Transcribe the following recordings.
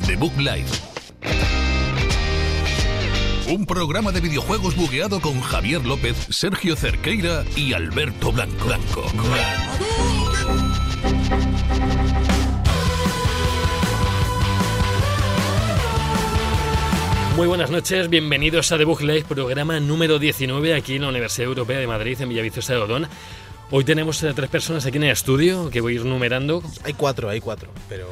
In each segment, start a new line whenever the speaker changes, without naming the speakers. Facebook Live. Un programa de videojuegos bugueado con Javier López, Sergio Cerqueira y Alberto Blanco. Blanco.
Muy buenas noches, bienvenidos a The Book Live, programa número 19 aquí en la Universidad Europea de Madrid, en Villaviciosa de Odón. Hoy tenemos a tres personas aquí en el estudio que voy a ir numerando.
Hay cuatro, hay cuatro, pero.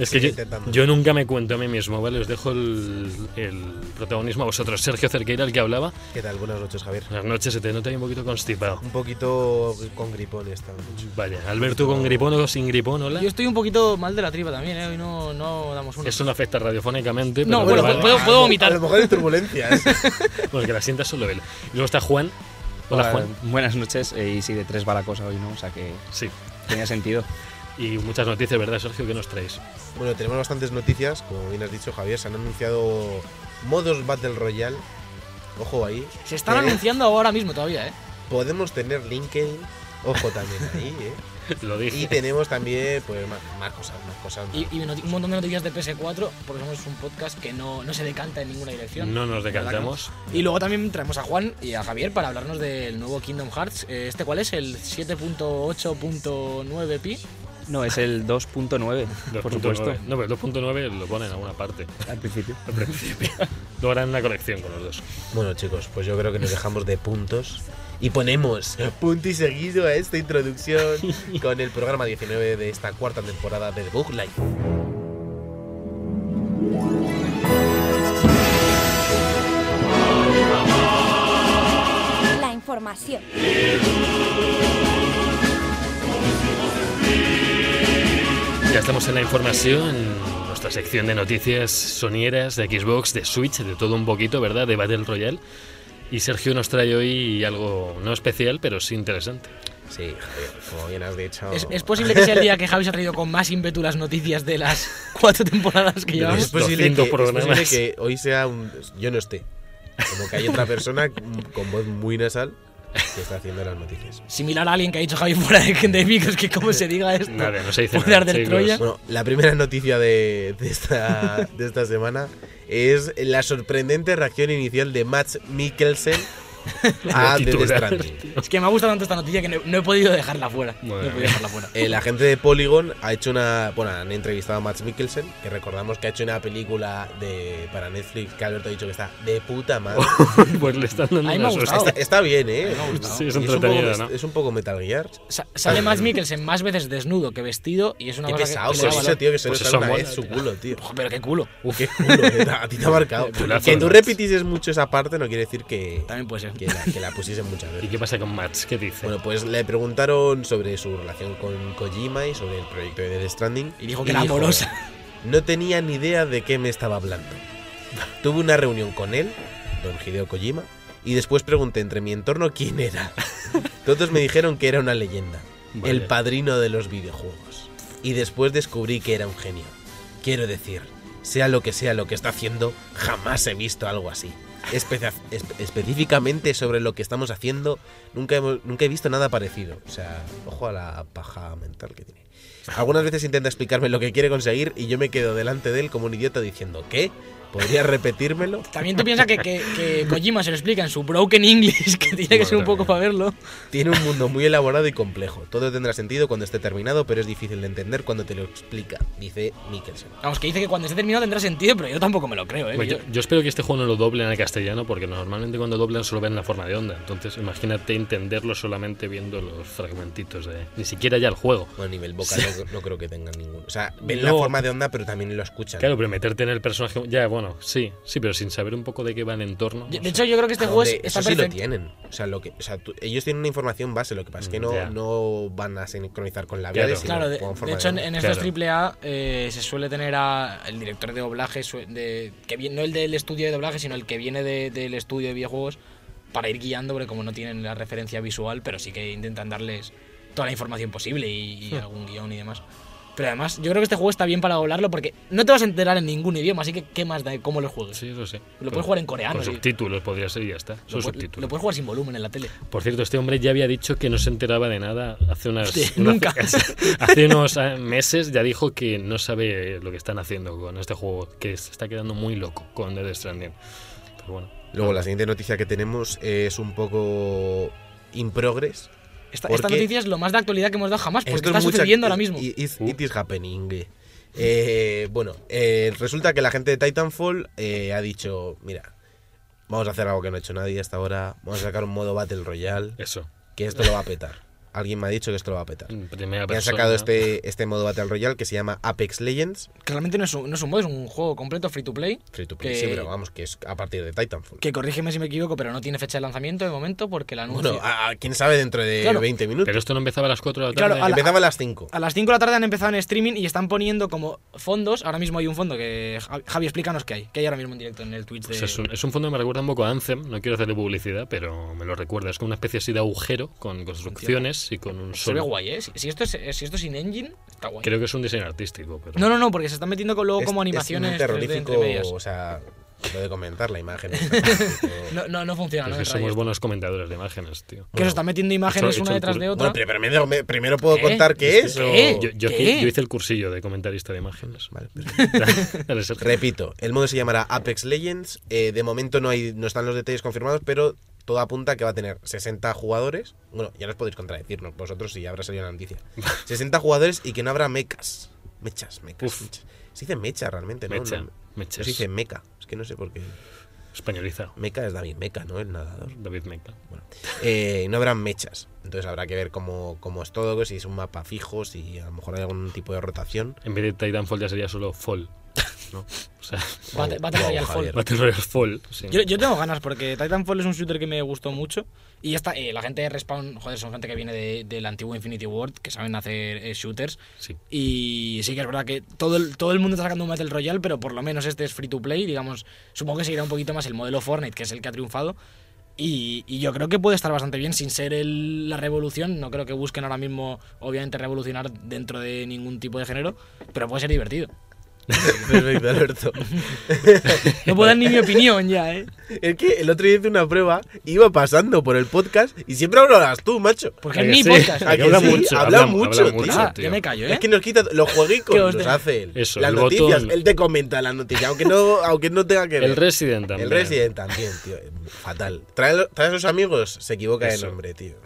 Es que yo,
intentando.
yo nunca me cuento a mí mismo, ¿vale? Os dejo el, el protagonismo a vosotros. Sergio Cerqueira, el que hablaba.
¿Qué tal? Buenas noches, Javier.
Buenas noches, se te nota ahí un poquito constipado.
Un poquito con gripón esta noche.
Vaya, Alberto con gripón o sin gripón, hola.
Yo estoy un poquito mal de la tripa también, ¿eh? Hoy no, no damos una.
Eso no afecta radiofónicamente, pero
No, bueno,
vale.
puedo- puedo
A lo-
vomitar.
A lo mejor ¿eh? hay turbulencias.
Porque la sienta solo él. Y luego está Juan. Hola, Juan.
Buenas noches. eh, y sí, de tres va la cosa hoy, ¿no? O sea que
Sí.
tenía sentido.
Y muchas noticias, ¿verdad, Sergio? ¿Qué nos traéis?
bueno, tenemos bastantes noticias. Como bien has dicho, Javier, se han anunciado modos Battle Royale. Ojo ahí.
Se están
Eh,
anunciando ahora mismo todavía, ¿eh?
Podemos tener LinkedIn. Ojo también ahí, ¿eh?
Lo
Y
dije.
tenemos también, pues, más, más cosas, más cosas.
Y, y noti- un montón de noticias de PS4, porque somos un podcast que no, no se decanta en ninguna dirección.
No nos
La verdad que
decantamos.
no. Y luego también traemos a Juan y a Javier para hablarnos del nuevo Kingdom Hearts. Eh, ¿Este cuál es? ¿El 7.8.9 pi?
No, es el 2.9, por
2.9.
supuesto,
No, pero el 2.9 lo ponen en alguna parte.
al principio.
Al principio. Lo harán una colección con los dos.
Bueno, chicos, pues yo creo que nos dejamos de puntos y ponemos punto y seguido a esta introducción con el programa 19 de esta cuarta temporada de The Book Life.
La información.
Ya estamos en la información, en nuestra sección de noticias sonieras de Xbox, de Switch, de todo un poquito, ¿verdad? De Battle Royale. Y Sergio nos trae hoy algo no especial, pero sí interesante.
Sí, Javier, como bien has dicho.
¿Es, es posible que sea el día que Javi se ha traído con más ímpetu las noticias de las cuatro temporadas que
es
llevamos?
Los
posible que,
200
es posible
programas.
que hoy sea un. Yo no esté. Como que hay otra persona con voz muy nasal que está haciendo las noticias.
Similar a alguien que ha dicho Javi fuera de, de micros, que como se diga esto.
Nada, no se dice
Puede
nada,
arder
chicos.
Troya.
Bueno, la primera noticia de, de esta, de esta semana es la sorprendente reacción inicial de Max Mikkelsen a
Lo
Death
titular.
Stranding.
Es que me ha gustado tanto esta noticia que no, no he podido dejarla fuera.
Bueno.
No he podido dejarla fuera.
El agente de Polygon ha hecho una. Bueno, han entrevistado a Max Mikkelsen, que recordamos que ha hecho una película de, para Netflix que Alberto ha dicho que está de puta madre.
pues le están dando
A mí me
una
ha gustado.
Está, está bien, ¿eh?
Me ha gustado.
Sí, es
Y
entretenida,
un poco,
¿no?
es un poco Metal Gear.
Sa- sale más Mikkelsen más veces desnudo que vestido y es una
Qué
cosa que-
pesado,
que,
con
le da
eso,
valor.
tío, que se
Pues
nos
eso
sale una
mola,
vez su
tío.
culo, tío.
Ojo, pero qué culo.
Uf, qué culo, que ta- a ti te ha marcado.
Culazo,
Que tú
Max.
repitieses mucho esa parte no quiere decir que,
También puede ser.
que, la, que la pusiesen muchas
¿Y
veces.
qué pasa con Mats? ¿Qué dice?
Bueno, pues le preguntaron sobre su relación con Kojima y sobre el proyecto de Death Stranding.
Y dijo que era amorosa.
No tenía ni idea de qué me estaba hablando. Tuve una reunión con él, don Hideo Kojima, y después pregunté entre mi entorno quién era. Todos me dijeron que era una leyenda,
Vaya.
el padrino de los videojuegos. Y después descubrí que era un genio. Quiero decir, sea lo que sea lo que está haciendo, jamás he visto algo así. Espe- espe- específicamente sobre lo que estamos haciendo, nunca, hemos- nunca he visto nada parecido. O sea, ojo a la paja mental que tiene. Algunas veces intenta explicarme lo que quiere conseguir y yo me quedo delante de él como un idiota diciendo, ¿qué? ¿Podría repetírmelo?
También tú piensas que, que, que Kojima se lo explica en su broken English, que tiene que ser un
Madre
poco
mía.
para verlo.
Tiene un mundo muy elaborado y complejo. Todo tendrá sentido cuando esté terminado, pero es difícil de entender cuando te lo explica, dice Mikkelsen.
Vamos, que dice que cuando esté terminado tendrá sentido, pero yo tampoco me lo creo, ¿eh?
Pues yo,
Yo-
yo espero que este juego no lo doblen al castellano, porque normalmente cuando doblan solo ven la forma de onda. Entonces, imagínate entenderlo solamente viendo los fragmentitos de. Ni siquiera ya el juego.
Bueno, a nivel vocal no, no creo que tengan ninguno. O sea, ven la
No.
forma de onda, pero también lo escuchan.
Claro, pero meterte en el personaje. Ya, bueno, sí, sí, pero sin saber un poco de qué va el entorno. pues,
yo-
no sé.
de hecho, yo creo que este juego
Hombre,
es,
eso
está
sí lo
perfecto.
tienen. O sea, lo que, o sea tú- ellos tienen una información base, lo que pasa es que
Mm,
no,
ya.
no van a sincronizar con
Claro.
labiales. sino
Claro, de,
con
de
forma
hecho en,
onda.
en estos
Claro.
AAA eh, se suele tener a el director de doblaje, su- de, que viene, no el del estudio de doblaje, sino el que viene de- del estudio de videojuegos, para ir guiando, porque como no tienen la
Hmm.
referencia visual, pero sí que intentan darles toda la información posible y, y algún guión y demás. Pero además, yo creo que este juego está bien para doblarlo porque no te vas a enterar en ningún idioma, así que ¿qué más da cómo lo juegues?
Sí, eso sí.
Lo puedes jugar en coreano,
Con
sí.
subtítulos podría ser y ya está. Son
lo, pu-
subtítulos.
lo puedes jugar sin volumen en la tele.
Por cierto, este hombre ya había dicho que no se enteraba de nada hace unas.
Sí,
unas-
nunca.
hace unos eh, meses ya dijo que no sabe lo que están haciendo con este juego, que se está quedando muy loco con Dead Stranding. Pero bueno.
Luego, la siguiente noticia que tenemos es un poco in progress.
Esta,
¿Por
esta
qué?
noticia es lo más de actualidad que hemos dado jamás porque
Esto
está
es mucha-
sucediendo ahora mismo.
It, it-
Uh.
it is happening. Eh, bueno, eh, resulta que la gente de Titanfall eh, ha dicho, mira, vamos a hacer algo que no ha hecho nadie hasta ahora, vamos a sacar un modo Battle Royale,
Eso.
que esto lo va a petar. Alguien me ha dicho que esto lo va a petar.
En primera
Y han
Mm, persona.
sacado este, este modo Battle Royale que se llama Apex Legends.
Que realmente no es, un, no es un modo, es un juego completo free to play.
Free to play,
Que-
sí, pero vamos, que es a partir de Titanfall.
Que corrígeme si me equivoco, pero no tiene fecha de lanzamiento de momento porque el anuncio.
ah.
Bueno, a- a- quién sabe dentro de
Claro.
20 minutos.
Pero esto no empezaba a las 4 de la tarde.
Claro, a la-
Empezaba a las 5.
A las 5 de la tarde han empezado en streaming y están poniendo como fondos. Ahora mismo hay un fondo que. Javi, Javi, explícanos qué hay. Que hay ahora mismo en directo en el Twitch de.
Pues es, un, es un fondo que me recuerda un poco a Anthem, no quiero hacerle publicidad, pero me lo recuerda. Es como una especie así de agujero con construcciones y con un
Se ve
solo.
guay, ¿eh? Si, si esto es, si esto es sin engine, está guay.
Creo que es un diseño artístico, pero.
No, no, no, porque se están metiendo con, luego
Es-
como
es
animaciones.
muy
3D entre
terrorífico,
medias.
o sea, lo de comentar la imagen. es terrorífico.
No, no, no funciona,
Es
¿no?
Pues que
En
somos
realidad.
buenos comentadores de imágenes, tío.
Que se están metiendo imágenes
hecho-
una
hecho
detrás
un
de
cur-
otra.
Bueno, pero primero, me- primero puedo
¿Qué?
contar qué es.
¿Qué?
o-
Yo, yo-
¿Qué?
yo hice el cursillo de comentarista de imágenes.
Vale, perfecto.
Dale, Sergio.
Repito, el modo se llamará Apex Legends. eh, de momento no hay, no están los detalles confirmados, pero todo apunta a que va a tener 60 jugadores. Bueno, ya nos podéis contradecirnos vosotros si habrá salido la noticia. 60 jugadores y que no habrá mecas. Mechas, mecas.
Uf.
mechas. Se dice mecha realmente, ¿no?
Mecha,
No,
mechas.
no se dice meca. Es que no sé por qué.
Españolizado.
Meca es David Meca, ¿no? El nadador.
David Meca.
Bueno, eh, no habrán mechas. Entonces habrá que ver cómo, cómo es todo, si es un mapa fijo, si a lo mejor hay algún tipo de rotación.
En vez de Titanfall ya sería solo Fall. ¿no? O sea,
Battle- Battle
Wow,
Royale Fall.
Javier.
Battle Royale Fall. sí.
Yo, yo tengo ganas porque Titanfall es un shooter que me gustó mucho. Y ya está, eh, la gente de Respawn, joder, son gente que viene de- del antiguo Infinity Ward, que saben hacer eh, shooters.
Sí.
Y sí que es verdad que todo el, todo el mundo está sacando un Battle Royale, pero por lo menos este es free to play. Digamos, supongo que seguirá un poquito más el modelo Fortnite, que es el que ha triunfado. Y, y yo creo que puede estar bastante bien sin ser el- la revolución. No creo que busquen ahora mismo, obviamente, revolucionar dentro de ningún tipo de género, pero puede ser divertido.
Perfecto, Alberto.
No puedo dar ni mi opinión ya, ¿eh?
Es que el otro día hice una prueba, iba pasando por el podcast y siempre hablabas tú, macho.
Porque
¿A
es
que
mi
sí?
podcast.
¿A que
¿A
habla
que sí?
mucho,
Habla
habla-
mucho,
habla mucho,
Ah,
tío.
ya me callo, ¿eh?
Es que nos quita los juegos,
Que os
los
de-
hace él.
Eso,
las
el
noticias,
botón.
él te comenta las noticias, aunque no, aunque no tenga que ver.
El Resident
El
también.
Resident también, tío. eh, Fatal. Trae, trae a sus amigos, se equivoca
Eso.
de nombre, tío.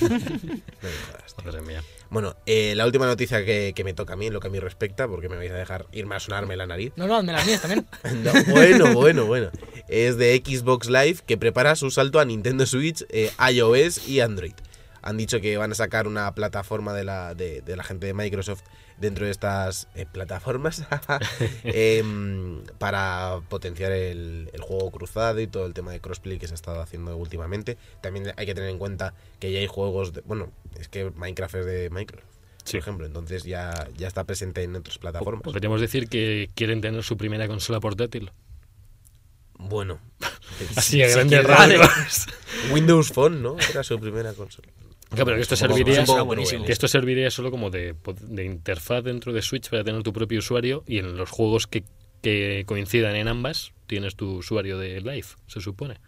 Joder. No me jodas, tío.
Madre mía.
Bueno, eh, la última noticia que, que me toca a mí, en lo que a mí respecta, porque me vais a dejar irme a sonarme la nariz.
No, no, hazme las mías también.
No, bueno, bueno, bueno. Es de Xbox Live que prepara su salto a Nintendo Switch, eh, iOS y Android. Han dicho que van a sacar una plataforma de la, de, de la gente de Microsoft dentro de estas eh, plataformas em, para potenciar el, el juego cruzado y todo el tema de crossplay que se ha estado haciendo últimamente. También hay que tener en cuenta que ya hay juegos... de- bueno, es que Minecraft es de Microsoft,
Sí.
por ejemplo. Entonces ya, ya está presente en otras plataformas.
Podríamos decir que quieren tener su primera consola portátil.
Bueno.
Así a grandes
quieres-
rasgos.
Windows Phone, ¿no? Era su primera consola.
Claro, pero que esto
Supongo-
serviría,
supongo
Será buenísimo.
que esto serviría solo como de, pod- de interfaz dentro de Switch para tener tu propio usuario y en los juegos que, que coincidan en ambas tienes tu usuario de Live, se supone.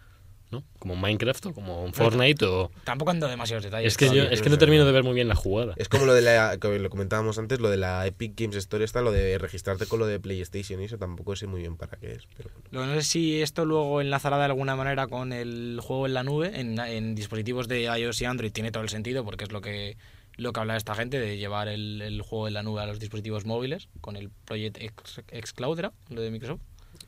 ¿no? Como Minecraft o como un Fortnite o...
Tampoco ando demasiados detalles.
Es que, yo, es que no termino de ver muy bien la jugada.
Es como lo de la. que lo comentábamos antes, lo de la Epic Games Store, está lo de registrarte con lo de PlayStation y eso tampoco sé muy bien para qué es. Pero bueno.
Lo que no sé si esto luego enlazará de alguna manera con el juego en la nube, en, en dispositivos de iOS y Android tiene todo el sentido porque es lo que lo que habla esta gente de llevar el, el juego en la nube a los dispositivos móviles con el Project X, Xcloud, ¿era? Lo de Microsoft.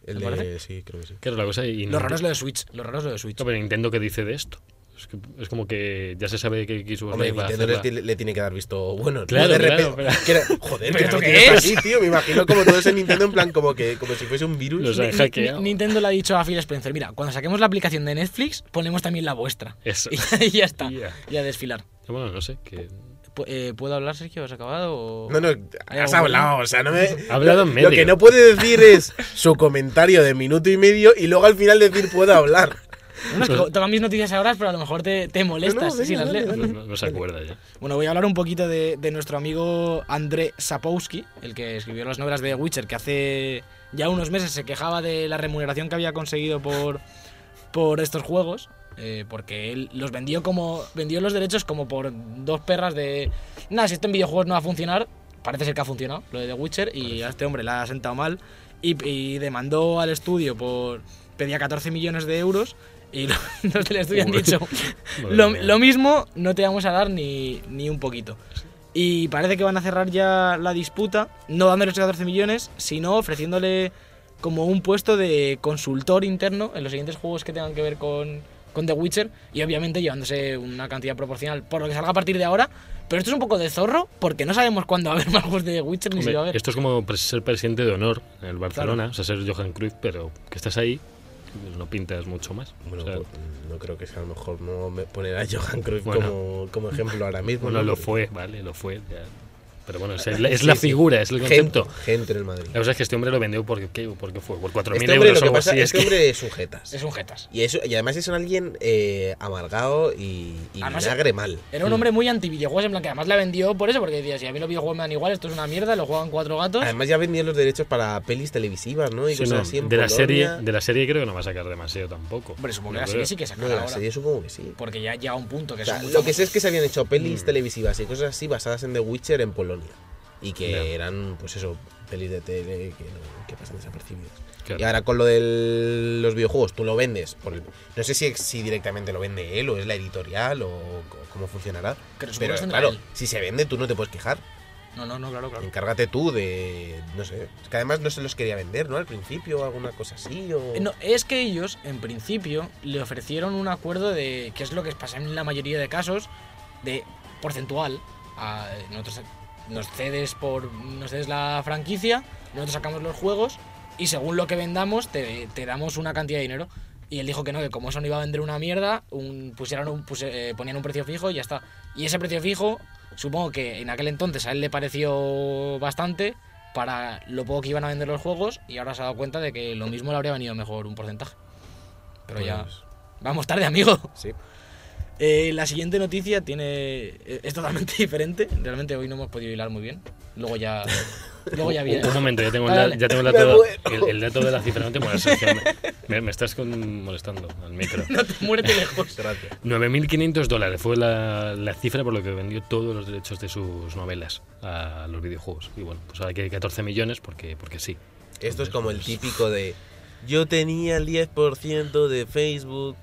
El
¿Te
de.
parece?
Sí, creo que sí.
Claro, la cosa y
Lo raro es lo de Switch, lo raro es lo de Switch.
No, pero Nintendo que dice de esto. Es, que- es como que ya se sabe que Xbox
Hombre,
Live va a
Nintendo
Pues hacerla.
le, ti- le tiene que dar visto bueno. ¿no?
Claro,
de
claro,
repente-
pero-
que era- joder,
¿Pero
que
esto
me
qué
tienes
es?
así, tío. Me imagino como todo ese Nintendo en plan, como que como si fuese un virus.
Los
Ni-
han
ni-
hackeado.
Nintendo le ha dicho a Phil Spencer, mira, cuando saquemos la aplicación de Netflix, ponemos también la vuestra.
Eso.
Y, ya- y ya está,
Ya.
ya desfilar.
Bueno, no sé. Que...
Pu- eh, ¿Puedo hablar, Sergio? ¿Has acabado? o-
No, no,
Hay
has
algo
hablado, o sea, no me.
Ha hablado en medio.
Lo que no puede decir es su comentario de minuto y medio y luego al final decir puedo hablar.
No, es que tocan mis noticias ahora, pero a lo mejor te, te molestas
No, no,
si
venga,
las
dale,
leo.
No, no- no se acuerda ya.
Bueno, voy a hablar un poquito de, de nuestro amigo André Sapowski, el que escribió las novelas de The Witcher, que hace ya unos meses se quejaba de la remuneración que había conseguido por, por estos juegos. eh, porque él los vendió como. vendió los derechos como por dos perras de. Nada, si esto en videojuegos no va a funcionar. Parece ser que ha funcionado lo de The Witcher y a este hombre la ha sentado mal. Y, y demandó al estudio por. pedía 14 millones de euros. Y lo- los del estudio han
Uy.
dicho:
Madre
lo,
mía.
lo mismo no te vamos a dar ni, ni un poquito. Y parece que van a cerrar ya la disputa, no dándole los 14 millones, sino ofreciéndole como un puesto de consultor interno en los siguientes juegos que tengan que ver con, con The Witcher y obviamente llevándose una cantidad proporcional por lo que salga a partir de ahora. Pero esto es un poco de zorro porque no sabemos cuándo va a haber más juegos de The Witcher ni si va a
Hombre,
haber.
esto es como pre- ser presidente de honor en el Barcelona, o sea, ser Johan Cruyff, pero que estás ahí, pues no pintas mucho más.
Bueno,
O sea,
pues, no creo que sea a lo mejor no me poner a Johan Cruyff
Bueno.
como, como ejemplo ahora mismo.
bueno,
¿no?
lo
Porque-
fue, vale, lo fue. ya. Pero bueno, es, la- es la figura, es el
Gente,
concepto.
gente en el Madrid.
La cosa es que este hombre lo vendió porque, ¿qué? porque fue por 4.000
Este hombre,
euros
lo
o
que
algo
pasa
así.
es que
es que-
hombre sujetas.
Es un jetas.
Y, eso, y además es un alguien eh, amargado y, y
Además-
vinagre mal.
Era un hombre muy anti videojuegos, en plan que además la vendió por eso, porque decía, si a mí los videojuegos me dan igual, esto es una mierda, lo juegan cuatro gatos.
Además ya vendían los derechos para pelis televisivas, ¿no? Y
Sí,
cosas
no,
así en
de la serie
Polonia.
de la serie creo que no va a sacar demasiado tampoco
Hombre, supongo que
No
la serie
creo.
sí que
No,
sacará
de la
ahora.
serie supongo que sí.
Porque ya llega un punto que
O sea,
son muy
lo que sé
famosos.
es que se habían hecho pelis
Mm.
televisivas y cosas así basadas en The Witcher en Polonia. Y que
Ya.
eran, pues eso, pelis de tele que, no- que pasan desapercibidas.
Claro.
Y ahora con lo de los videojuegos, tú lo vendes. por el- no sé si, si directamente lo vende él o es la editorial o, o cómo funcionará.
Pero supongo
Pero
que tendrá
claro,
él.
si se vende, tú no te puedes quejar.
No, no, no, claro, claro.
Encárgate tú de. No sé. Es que además no se los quería vender, ¿no? Al principio, alguna cosa así. O...
Eh, No, es que ellos, en principio, le ofrecieron un acuerdo de, que es lo que pasa en la mayoría de casos, de porcentual. A, nosotros nos cedes por nos cedes la franquicia, nosotros sacamos los juegos y según lo que vendamos te, te damos una cantidad de dinero. Y él dijo que no, que como eso no iba a vender una mierda, un, pusieron un, puse- eh, ponían un precio fijo y ya está. Y ese precio fijo, supongo que en aquel entonces a él le pareció bastante para lo poco que iban a vender los juegos y ahora se ha dado cuenta de que lo mismo le habría venido mejor un porcentaje. Pero ya...
Pues,
Vamos tarde, amigo.
Sí.
Eh, la siguiente noticia tiene eh, es totalmente diferente. Realmente hoy no hemos podido hilar muy bien. Luego ya luego Oh, ya viene.
un momento ya tengo, el,
Dale.
da- ya tengo el,
Me
dato, el,
muero.
el dato de la cifra no te mueras Sergio. me, me estás con- molestando al micro
Muérete lejos.
Gracias.
9.500 dólares fue la, la cifra por lo que vendió todos los derechos de sus novelas a los videojuegos. Y bueno, pues ahora que hay 14 millones porque, porque sí.
Esto es como el típico de. Yo tenía el 10% de Facebook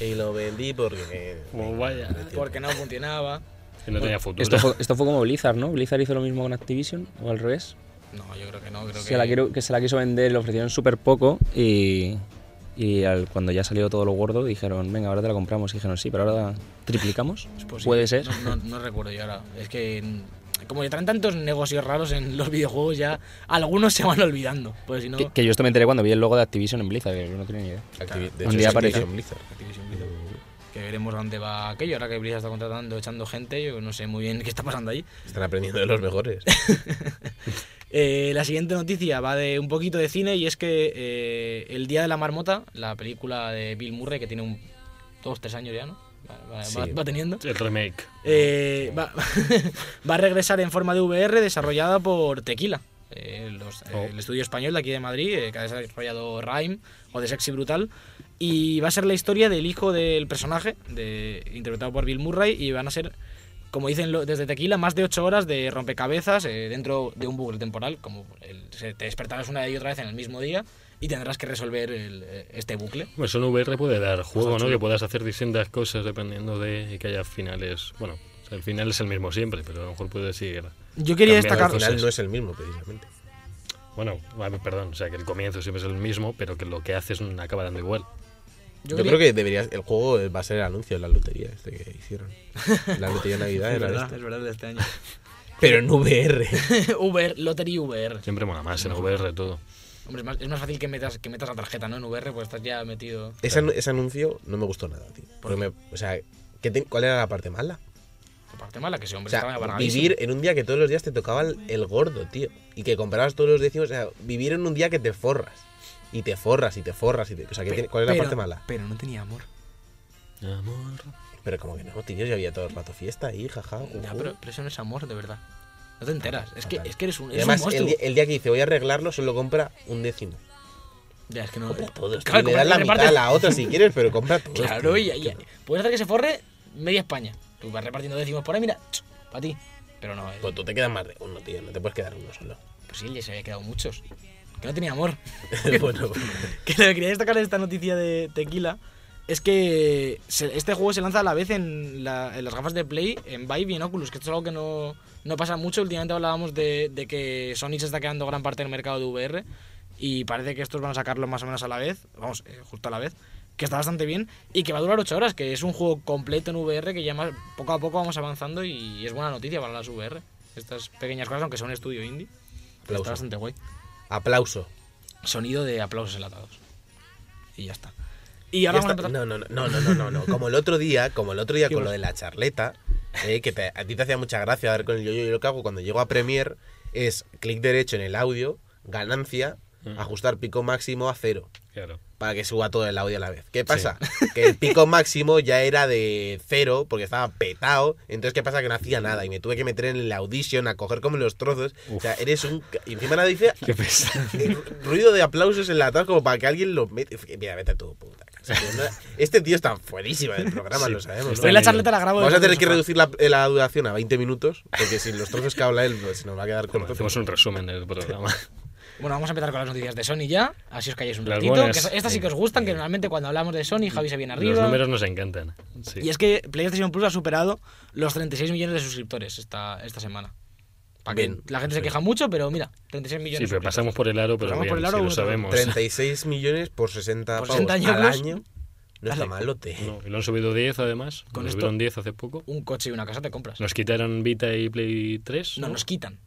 y lo vendí porque. eh,
Como vaya.
Porque no funcionaba.
Que no tenía futuro.
Esto fue, esto fue como Blizzard, ¿no? Blizzard hizo lo mismo con Activision, o al revés.
No, yo creo que no, creo
Se
que
la quiero- que se la quiso vender, le ofrecieron súper poco y, y al- cuando ya salió todo lo gordo dijeron, venga, ahora te la compramos. Y dijeron, sí, pero ahora triplicamos.
es posible.
Puede ser.
No, no- no recuerdo yo ahora. Es que mm, como le traen tantos negocios raros en los videojuegos ya algunos se van olvidando. Pues si no
Que, que yo esto me enteré cuando vi el logo de Activision en Blizzard, que yo no tenía ni idea.
Activi- de
Un
hecho, es
día apareció.
Activision Blizzard.
Activision Blizzard. que veremos a dónde va aquello. Ahora que Blizzard está contratando, echando gente, yo no sé muy bien qué está pasando ahí.
Están aprendiendo de los mejores.
Eh, la siguiente noticia va de un poquito de cine y es que eh, El Día de la Marmota, la película de Bill Murray, que tiene un, dos, tres años ya, ¿no? Va, va-
Sí.
va- va teniendo.
El remake.
Eh, va, va a regresar en forma de VR desarrollada por Tequila, eh, los- eh,
Oh.
el estudio español de aquí de Madrid, eh, que ha desarrollado Rhyme o de Sexy Brutal. Y va a ser la historia del hijo del personaje, de, interpretado por Bill Murray, y van a ser, como dicen lo- desde Tequila, más de 8 horas de rompecabezas eh, dentro de un bucle temporal, como el- se- te despertarás una y otra vez en el mismo día y tendrás que resolver el- eh, este bucle.
Bueno, eso en VR puede dar juego, ¿no? Que puedas hacer distintas cosas dependiendo de y que haya finales. Bueno, o sea, el final es el mismo siempre, pero a lo mejor puedes ir.
Yo quería
Cambiar
destacar...
Al final
cosas.
no es el mismo, precisamente.
Bueno, a ver, perdón, o sea, que el comienzo siempre es el mismo, pero que lo que haces no acaba dando igual.
Yo,
quería-
creo que debería. El juego va a ser el anuncio de la lotería este que hicieron. La lotería de Navidad
Es
era
verdad,
esto.
es verdad, de este año.
Pero en VR.
VR, Lottery VR.
Siempre mola más en VR todo.
Hombre, es más, es más fácil que metas, que metas la tarjeta, ¿no? En VR, pues estás ya metido.
Ese, anu- ese anuncio no me gustó nada, tío. Porque me- o sea, ¿qué te- ¿cuál era la parte mala?
La parte mala, que ese
O
hombre
sea,
estaba amargadísimo.
vivir en un día que todos los días te tocaba el, el gordo, tío. Y que comprabas todos los décimos. O sea, vivir en un día que te forras. y te forras y te forras. Y te- o sea, que tiene- eh, ¿cuál es la
Pero-
parte mala?
Pero no tenía amor.
Amor.
Pero como que no, tío, ya había todo el rato fiesta ahí, jaja. ujú.
Ya, pero, pero eso no es amor, de verdad. No te enteras. Es que,
fatal.
es que eres un,
Y
eres un
además, el,
monstruo.
día- el día que dice voy a arreglarlo, solo compra un décimo.
Ya, es que no. eh,
Todos,
Claro,
tío, le das la
repartes-
mitad a la otra si quieres, pero compra todos.
Claro,
tío.
y, y- puedes hacer que se forre media España. Tú vas repartiendo décimos por ahí, mira, para ti. Pero no, eh,
Pues tú te quedas más de uno, tío, no te puedes quedar uno solo.
pues sí, ya se había quedado muchos. Que no tenía amor.
bueno,
que lo que quería destacar de esta noticia de Tequila es que se- este juego se lanza a la vez en, la- en las gafas de Play, en Vive y en Oculus, que esto es algo que no, no pasa mucho. Últimamente hablábamos de, de que Sony se está quedando gran parte del mercado de VR y parece que estos van a sacarlo más o menos a la vez, vamos, eh, justo a la vez, que está bastante bien y que va a durar 8 horas, que es un juego completo en VR que ya más- poco a poco vamos avanzando y es buena noticia para las VR. Estas pequeñas cosas, aunque sea un estudio indie, pero está
Aplauso.
bastante guay
aplauso.
sonido de aplausos enlatados. Y ya está. Y ahora
Ya
vamos a
está. No,
empezar.
no, no, no, no, no, no, no. Como el otro día, como el otro día
¿Qué
con lo
más?
de la charleta, eh, que te- a ti te hacía mucha gracia dar con el yo-yo. Yo lo que hago cuando llego a Premiere es clic derecho en el audio, ganancia,
Mm.
ajustar pico máximo a cero.
Claro.
Para que suba todo el audio a la vez. ¿Qué pasa? Que el pico máximo ya era de cero, porque estaba petado. Entonces, ¿qué pasa? Que no hacía nada. Y me tuve que meter en la audition a coger como los trozos. O sea, eres un. ca- Y encima ahora dice
Qué pesado.
Ru- ruido de aplausos enlatados como para que alguien lo mete. Mira, vete a tu puta casa, tío. No- Este tío está fuerísima del programa,
Sí,
lo sabemos.
está
Hoy
¿no?
la charleta la grabo.
Vamos a
desde
tener que
el
reducir
sofá.
la, eh, la duración a 20 minutos, porque sin los trozos que habla él pues, se nos va a quedar corto.
Hacemos un resumen del programa.
Bueno, vamos a empezar con las noticias de Sony ya. Así os calláis un
Las
ratito.
buenas.
que so- estas sí que os gustan, que normalmente cuando hablamos de Sony, Javi se viene arriba.
Los números nos encantan. Sí.
Y es que PlayStation Plus ha superado los 36 millones de suscriptores esta, esta semana. Pa' que
Bien.
la gente se queja mucho, pero mira, 36 millones.
Sí, pero
suscritos.
pasamos por el aro, pero
Pasamos
bien,
por el aro,
si lo
uno tras otro.
sabemos.
36 millones por 60
Por
pavos
60
al
euros.
año. No está malote.
No, y lo han subido 10 además.
Con
Nos
esto-
subieron 10 hace poco.
Un coche y una casa te compras.
Nos quitaron Vita y Play 3.
No, nos quitan.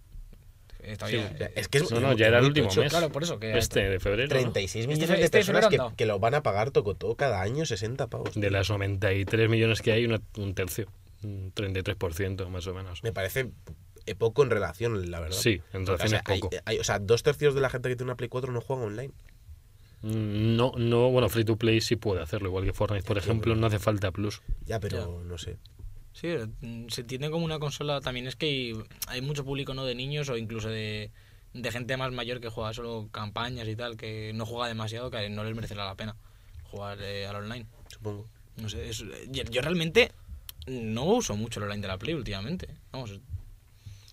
Eh, todavía-
Sí.
O sea, Es que es
No, no,
muy-
ya era el
muy
último
tocho.
mes.
Claro, por eso que.
Este de febrero. ¿no?
36
Este
millones
fe-
de
este febrero
personas
han
que,
dado.
que lo van a pagar tocotó cada año 60 pavos.
De las 93 millones que hay, una- un tercio. Un 33% más o menos.
Me parece eh, poco en relación, la verdad.
Sí, en
O
relación
sea,
es
hay-
poco.
hay- o sea, dos tercios de la gente que tiene una Play 4 no juega online.
Mm, No, no, bueno, Free to Play sí puede hacerlo, igual que Fortnite, por ejemplo, no hace falta Plus.
Ya, pero no sé.
Sí, mm, se entiende como una consola. También es que hay, hay mucho público no de niños o incluso de, de gente más mayor que juega solo campañas y tal, que no juega demasiado, que no les merecerá la pena jugar eh, al online.
supongo.
No sé, es- yo, yo realmente no uso mucho el online de la Play últimamente. Vamos,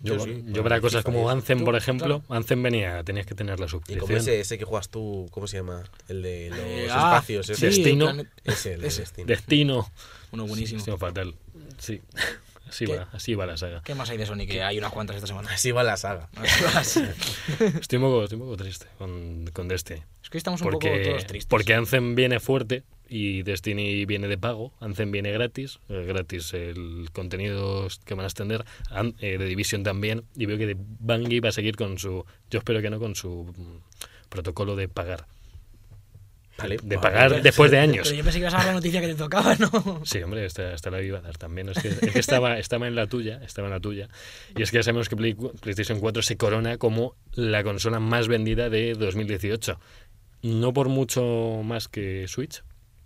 Yo,
Yo sí,
yo para cosas como Anthem, por ejemplo, Anthem venía, tenías que tener la
Y como
suscripción.
ese, ese que juegas tú, ¿cómo se llama? El de los
eh, ah,
espacios. ese.
sí,
Destino.
Planet-
Ese, el de
ese.
Destino.
Destino.
Uno buenísimo.
Destino fatal. Sí. Así
¿Qué?
va, así va la saga.
¿Qué más hay de Sony? Que hay unas cuantas esta semana.
Así va la saga.
Estoy un poco, estoy un poco triste con, con Destiny.
Es que estamos un
Porque,
poco todos tristes.
porque Anthem viene fuerte y Destiny viene de pago. Anthem viene gratis. eh, gratis el contenido que van a extender. An- eh, de Division también. Y veo que Bungie va a seguir con su. Yo espero que no, con su mm, protocolo de pagar.
Vale,
De
vale.
pagar después de años.
Pero yo pensé que ibas a dar la noticia que te tocaba, ¿no?
Sí, hombre, hasta, hasta la iba a dar también. Es que, es que estaba, estaba en la tuya, estaba en la tuya. Y es que ya sabemos que Play- PlayStation 4 se corona como la consola más vendida de 2018. No por mucho más que Switch.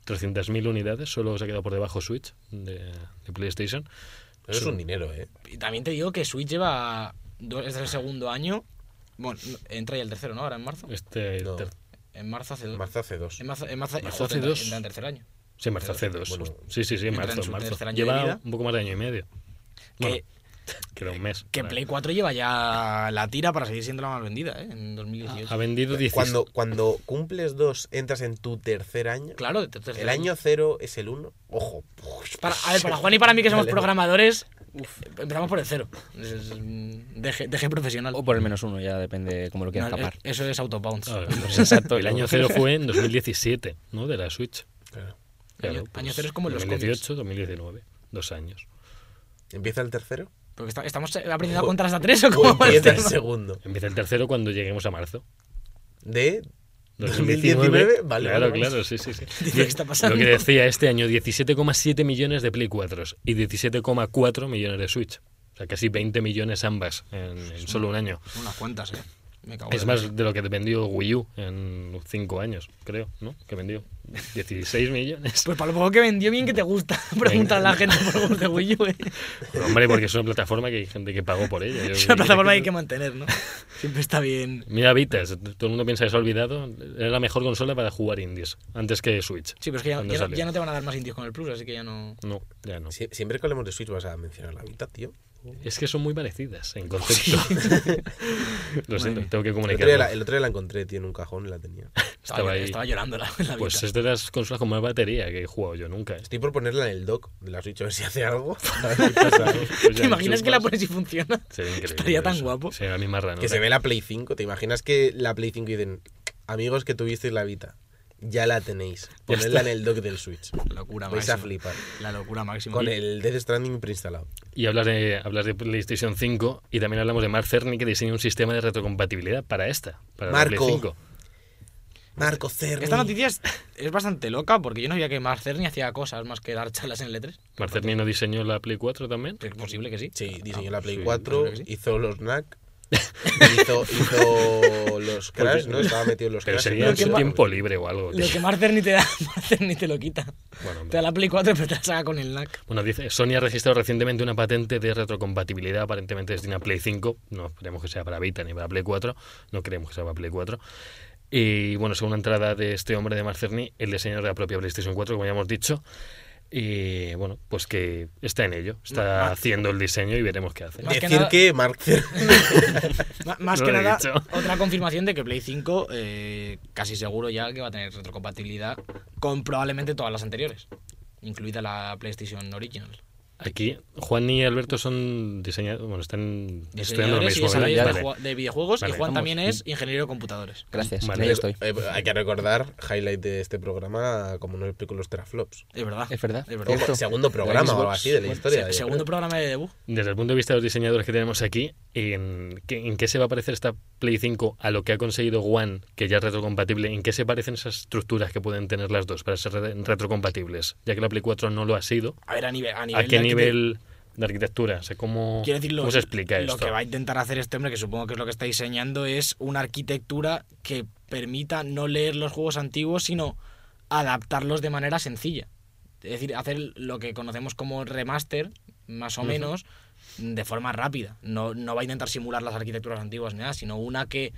300.000 unidades, solo se ha quedado por debajo Switch de, de PlayStation.
Pero es un dinero, ¿eh?
Y también te digo que Switch lleva. do- Es el segundo año. Bueno, no, entra ya el tercero, ¿no? Ahora en marzo.
Este, el
No.
ter-
En marzo hace dos.
Marzo hace dos.
En marzo, en marzo,
Marzo hace
entra-
dos.
entra en tercer año.
sí, en marzo hace dos.
Bueno,
sí, sí, sí, en
entra
marzo.
en su
marzo.
tercer año de
Lleva
vida.
un poco más de año y medio.
Que-
Bueno, que era un mes.
Que
Bueno,
Play 4 lleva ya la tira para seguir siendo la más vendida, ¿eh? En
ha
2018.
vendido 16.
Cuando, cuando cumples dos, entras en tu tercer año.
Claro, de tercer
El año cero es el uno. Ojo.
Para, a ver, para Juan y para mí que somos
Vale.
programadores, empezamos por el cero. Es- es- Deje, deje profesional.
O por el menos uno, ya depende cómo lo quieras
No,
tapar.
es- eso es autobound.
Ah,
Exacto.
El año cero fue en 2017, ¿no? De la Switch.
pues, Claro.
Año-
pues,
año cero es como en los
2018, 2019, dos años.
¿Empieza el tercero?
Porque está- estamos aprendiendo a contar hasta tres o cómo
O
va el
empieza el
tema?
segundo.
Empieza el tercero cuando lleguemos a marzo.
¿De?
2019.
2019, vale,
claro,
vale, vale.
claro, sí, sí, sí.
Dice, ¿qué está pasando?
Lo que decía este año, 17,7 millones de Play 4 y 17,4 millones de Switch. O sea, casi 20 millones ambas en, en solo un año.
Unas cuantas, ¿eh? Me cago
Es
en-
más de lo que vendió Wii U en 5 años, creo, ¿no? Que vendió 16 millones.
Pues para lo poco que vendió, bien que te gusta. Preguntar a la gente por juegos de Wii U. ¿eh?
Pero, hombre, porque es una plataforma que hay gente que pagó por ella. Yo-
Es una plataforma que hay que mantener, ¿no? Siempre está bien.
Mira Vitas, todo el mundo piensa que se ha olvidado. Era la mejor consola para jugar indies, antes que Switch.
Sí, pero es que ya,
Cuando
ya no,
salió.
ya no te van a dar más indios con el Plus, así que ya no.
No, ya no.
Sie- Siempre que hablemos de Switch vas a mencionar la mitad, tío.
Es que son muy parecidas en concepto. Lo siento,
mía.
tengo que
El otro, día la,
comunicarlo.
el otro día la encontré, tío, en un cajón y la tenía.
Estaba ahí.
estaba llorando la, la
Pues
Vita.
es de las consolas con más batería que he jugado yo nunca. ¿eh?
Estoy por ponerla en el dock de la Switch a ver si hace algo. A ver si pasa algo.
Pues ya
¿Te imaginas
enchufas.
que la pones y funciona?
Sería increíble
Estaría tan
eso.
guapo.
Sería la misma rana.
que se ve la Play 5. ¿Te imaginas que la Play 5 dicen, amigos que tuvisteis la Vita, ya la tenéis. Ponedla en el dock del Switch.
Locura
Vais a flipar.
La locura máxima.
Con el Death Stranding preinstalado.
Y hablas de, hablas de PlayStation 5 y también hablamos de Mark Cerny que diseñó un sistema de retrocompatibilidad para esta, para la
Marco.
Play 5.
Marco Cerny.
Esta noticia es, es bastante loca porque yo no sabía que Mark Cerny hacía cosas más que dar charlas en el E3.
Mark Cerny no diseñó la Play 4 también.
Es posible que Ah, sí.
Sí,
Ah,
diseñó la Play
sí,
4,
creo que sí.
hizo los NAC, hizo, hizo los Crash, ¿no? Estaba metido en los
Pero
Crash.
sería
Lo
en
que
su
ma-
tiempo libre o algo.
Lo
tío.
que Mark Cerny te da, Mark Cerny te lo quita.
Bueno,
Te da la Play 4 pero te la saca con el NAC.
Bueno, dice, Sony ha registrado recientemente una patente de retrocompatibilidad aparentemente desde una Play 5. No esperemos que sea para Vita ni para Play 4. No creemos que sea para Play 4. Y bueno, según una entrada de este hombre de Marcerni, el diseñador de la propia PlayStation 4, como ya hemos dicho, y bueno, pues que está en ello. Está
Ah.
haciendo el diseño y veremos qué hace.
Más que
Decir que,
nada-
Mark Cerny.
Ma- Más
No
que
lo he
nada,
dicho.
otra confirmación de que Play 5 eh, casi seguro ya que va a tener retrocompatibilidad con probablemente todas las anteriores, incluida la PlayStation Original.
Aquí, Juan y Alberto son diseñadores, bueno, están estudiando lo
Diseñadores y
mismo. ¿verdad?
desarrolladores
Vale.
de, ju- de videojuegos
Vale,
y Juan
vamos.
también es ingeniero de computadores.
Gracias,
Vale.
en ello estoy.
Eh, hay que recordar, highlight de este programa, como no explico los teraflops.
Es verdad.
Es verdad.
Es verdad.
Ojo,
Cierto.
segundo
La
programa o algo
Xbox,
así de la
bueno,
historia. yo
Segundo
creo.
programa de debut.
Desde el punto de vista de los diseñadores que tenemos aquí, ¿en qué, en qué se va a parecer esta Play 5 a lo que ha conseguido One, que ya es retrocompatible? ¿En qué se parecen esas estructuras que pueden tener las dos para ser re- retrocompatibles? Ya que la Play 4 no lo ha sido,
A ver, a nivel. ¿A, nivel
¿a qué
de arquitect-
nivel de arquitectura? O sea, ¿cómo,
Quiero decir, lo,
cómo se Pues explica
lo
esto?
que va a intentar hacer este hombre, que supongo que es lo que está diseñando, es una arquitectura que permita no leer los juegos antiguos, sino adaptarlos de manera sencilla. Es decir, hacer lo que conocemos como remaster, más o menos, de forma rápida. No, no va a intentar simular las arquitecturas antiguas ni nada, sino una que